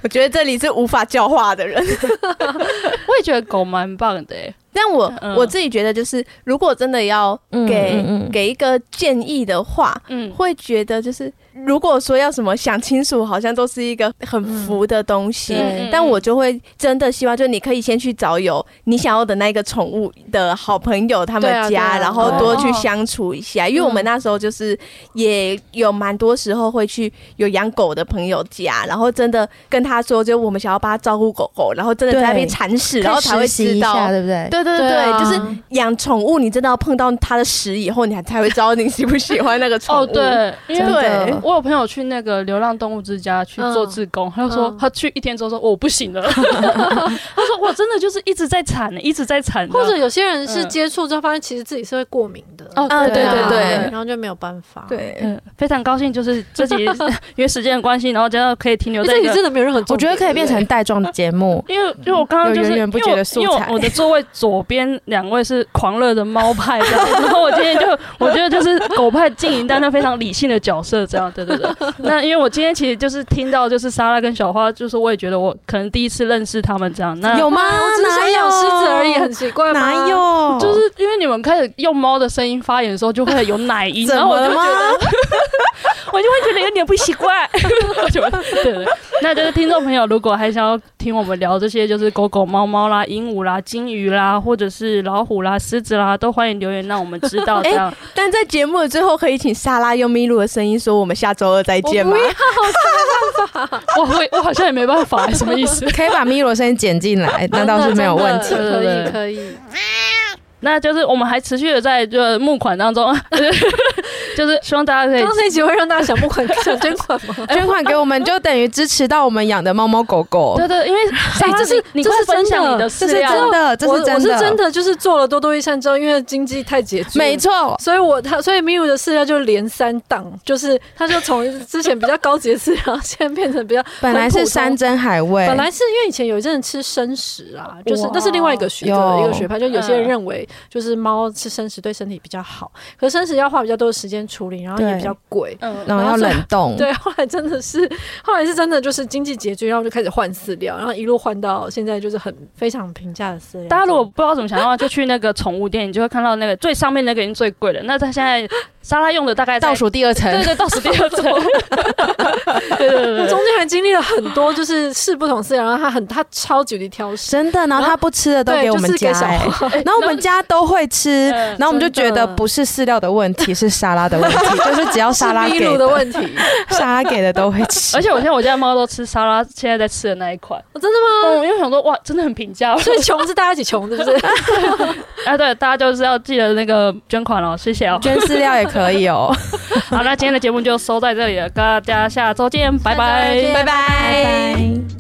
Speaker 4: 我觉得这里是无法教化的人，
Speaker 1: 我也觉得狗蛮棒的哎，
Speaker 4: 但我、
Speaker 1: 嗯
Speaker 4: 我自己觉得，就是如果真的要
Speaker 3: 嗯
Speaker 4: 给、
Speaker 3: 嗯嗯
Speaker 4: 给一个建议的话，
Speaker 1: 嗯，
Speaker 4: 会觉得就是如果说要什么想清楚，好像都是一个很浮的东西。
Speaker 1: 嗯对
Speaker 4: 但我就会真的希望，就是你可以先去找有你想要的那个宠物的好朋友他们
Speaker 2: 对啊
Speaker 4: 家，
Speaker 2: 对啊
Speaker 4: 然后多去相处一嗯下。因为我们那时候就是也有蛮多时候会去有养狗的朋友家，然后真的跟他说，就我们想要帮他照顾狗狗，然后真的在那边
Speaker 3: 对
Speaker 4: 铲屎，
Speaker 3: 嗯可以
Speaker 4: 然后才会
Speaker 3: 实习
Speaker 4: 知
Speaker 3: 一
Speaker 4: 道
Speaker 3: 下，对不对？
Speaker 4: 对对对，嗯
Speaker 2: 对啊
Speaker 4: 就是养宠物，你真的要碰到它的屎以后，你还才会知道你喜不喜欢那个宠物。欸
Speaker 1: 哦对，因
Speaker 3: 真
Speaker 1: 为。
Speaker 3: 的
Speaker 4: 对
Speaker 1: 我有朋友去那个流浪动物之家去做志工，他就说
Speaker 2: 嗯
Speaker 1: 他去一天之后说我不行了，他说我真的就是一直在产，一直在产，
Speaker 2: 或者有些人是
Speaker 1: 嗯
Speaker 2: 接触之后发现其实自己是会过敏的。
Speaker 1: 哦
Speaker 4: 啊
Speaker 1: 对
Speaker 4: 对
Speaker 2: 啊
Speaker 4: 对对
Speaker 2: 然后就没有办法。，
Speaker 4: 对，
Speaker 1: 嗯，非常高兴，就是这 集因为时间的关系，然后觉得可以停留在
Speaker 2: 哎这
Speaker 1: 一
Speaker 2: 里
Speaker 1: 个
Speaker 2: 真的没有任何重点。
Speaker 3: 我觉得可以变成带状节
Speaker 1: ，
Speaker 3: 目
Speaker 1: 因为因为我刚刚就是
Speaker 3: 有源源不绝的素
Speaker 1: 因为我因
Speaker 3: 材
Speaker 1: 为我的座位左边两位是狂热的猫派这样，然后我今天就我觉得就是狗派经营担任非常理性的角色这样，对对对。那因为我今天其实就是听到就是莎拉跟小花，就是我也觉得我可能第一次认识他们这样，那
Speaker 3: 有吗？
Speaker 2: 我只是
Speaker 3: 啊哪
Speaker 2: 想
Speaker 3: 有
Speaker 2: 养狮子而已，很奇怪吗？
Speaker 3: 哪？有？
Speaker 1: 就是因为你们开始用猫的声音发言的时候，就会有奶音，
Speaker 3: 怎
Speaker 1: 然后我
Speaker 3: 么
Speaker 1: 就
Speaker 3: 了吗？
Speaker 1: 我就会觉得有点不习惯。我 就会对对，那就是听众朋友，如果还想要听我们聊这些，就是狗狗、猫猫啦、鹦鹉啦、金鱼啦，或者是老虎啦、狮子啦，都欢迎留言让我们知道。这样，
Speaker 4: 但在节目的最后，可以请莎拉用咪露的声音说：“我们下周二再见吗
Speaker 2: 我不
Speaker 1: 我会我好像也没办法，什么意 思？
Speaker 3: 可以把咪罗声音剪进来，那倒是没有问题
Speaker 2: 真。的
Speaker 1: 对对
Speaker 2: 可
Speaker 1: 对
Speaker 2: 以可以。
Speaker 1: 那就是我们还持续的在这募款当中， 就是希望大家可以
Speaker 2: 刚刚那集会让大家想募款、 想捐款吗？
Speaker 3: 捐款给我们就等于支持到我们养的猫猫狗狗
Speaker 1: 对，对，因为哎，
Speaker 2: 这是
Speaker 1: 你
Speaker 2: 这
Speaker 1: 快
Speaker 2: 是
Speaker 1: 分享
Speaker 2: 真的
Speaker 1: 你的
Speaker 3: 这
Speaker 1: 饲
Speaker 3: 是
Speaker 1: 料
Speaker 3: 真的， 这
Speaker 2: 我
Speaker 3: 是真的，
Speaker 2: 我是真，的，就是做了多多益善之后，因为经济太拮据，
Speaker 3: 没错。
Speaker 2: 所以我他所以 Miu 的饲料就连三档，就是他就从之前比较高级的饲料， 现在变成比较
Speaker 3: 本来是山珍海味，
Speaker 2: 本来是因为以前有一阵吃生食啊，就是
Speaker 1: 哇
Speaker 2: 那是另外一个学
Speaker 3: 有
Speaker 2: 的
Speaker 3: 嗯
Speaker 2: 一个学派，就有些人认为就是猫吃生食对身体比较好，可是生食要花比较多的时间
Speaker 4: 处理，然后也比较贵。
Speaker 1: 嗯，
Speaker 3: 然后要冷冻，
Speaker 2: 对，后来真的是，后来是真的就是经济拮据，然后就开始换饲料，然后一路换到现在就是很非常平价的饲料。
Speaker 1: 大家如果不知道怎么想的话，就去那个宠物店，你就会看到那个最上面那个已经最贵了。那它现在莎拉用的大概在
Speaker 3: 倒，数第二层
Speaker 1: 对对，倒数第二层。 对对对
Speaker 2: 我
Speaker 1: 对
Speaker 2: 中间还经历了很多，就是试不同饲料，然后他很他超级无敌挑食，
Speaker 3: 真的，然后他不吃的都
Speaker 2: 对
Speaker 3: 给我们
Speaker 2: 就是
Speaker 3: 家、
Speaker 2: 给小
Speaker 3: 欸
Speaker 2: 花
Speaker 3: 然后我们家都会吃，
Speaker 1: 嗯
Speaker 3: 然后我们就觉
Speaker 2: 真的
Speaker 3: 得不是饲料的问题，是沙拉的问题，就是只要沙拉
Speaker 2: 是
Speaker 3: 给
Speaker 2: 秘鲁
Speaker 3: 的
Speaker 2: 的问题，哦
Speaker 3: 沙拉给的都会吃，
Speaker 1: 而且我现在我家的猫都吃莎拉现在在吃的那一款，
Speaker 2: 哦真的吗？
Speaker 1: 嗯，因为想说哇，真的很平价。
Speaker 2: 所以穷是大家一起穷，是不是？
Speaker 1: 哎，对，大家就是要记得那个捐款哦，谢谢 哦。
Speaker 3: 捐饲料也可以哦。
Speaker 1: 好，那今天的节目就收在这里了，大家下周见，拜拜。
Speaker 3: 拜
Speaker 4: 拜拜
Speaker 3: 拜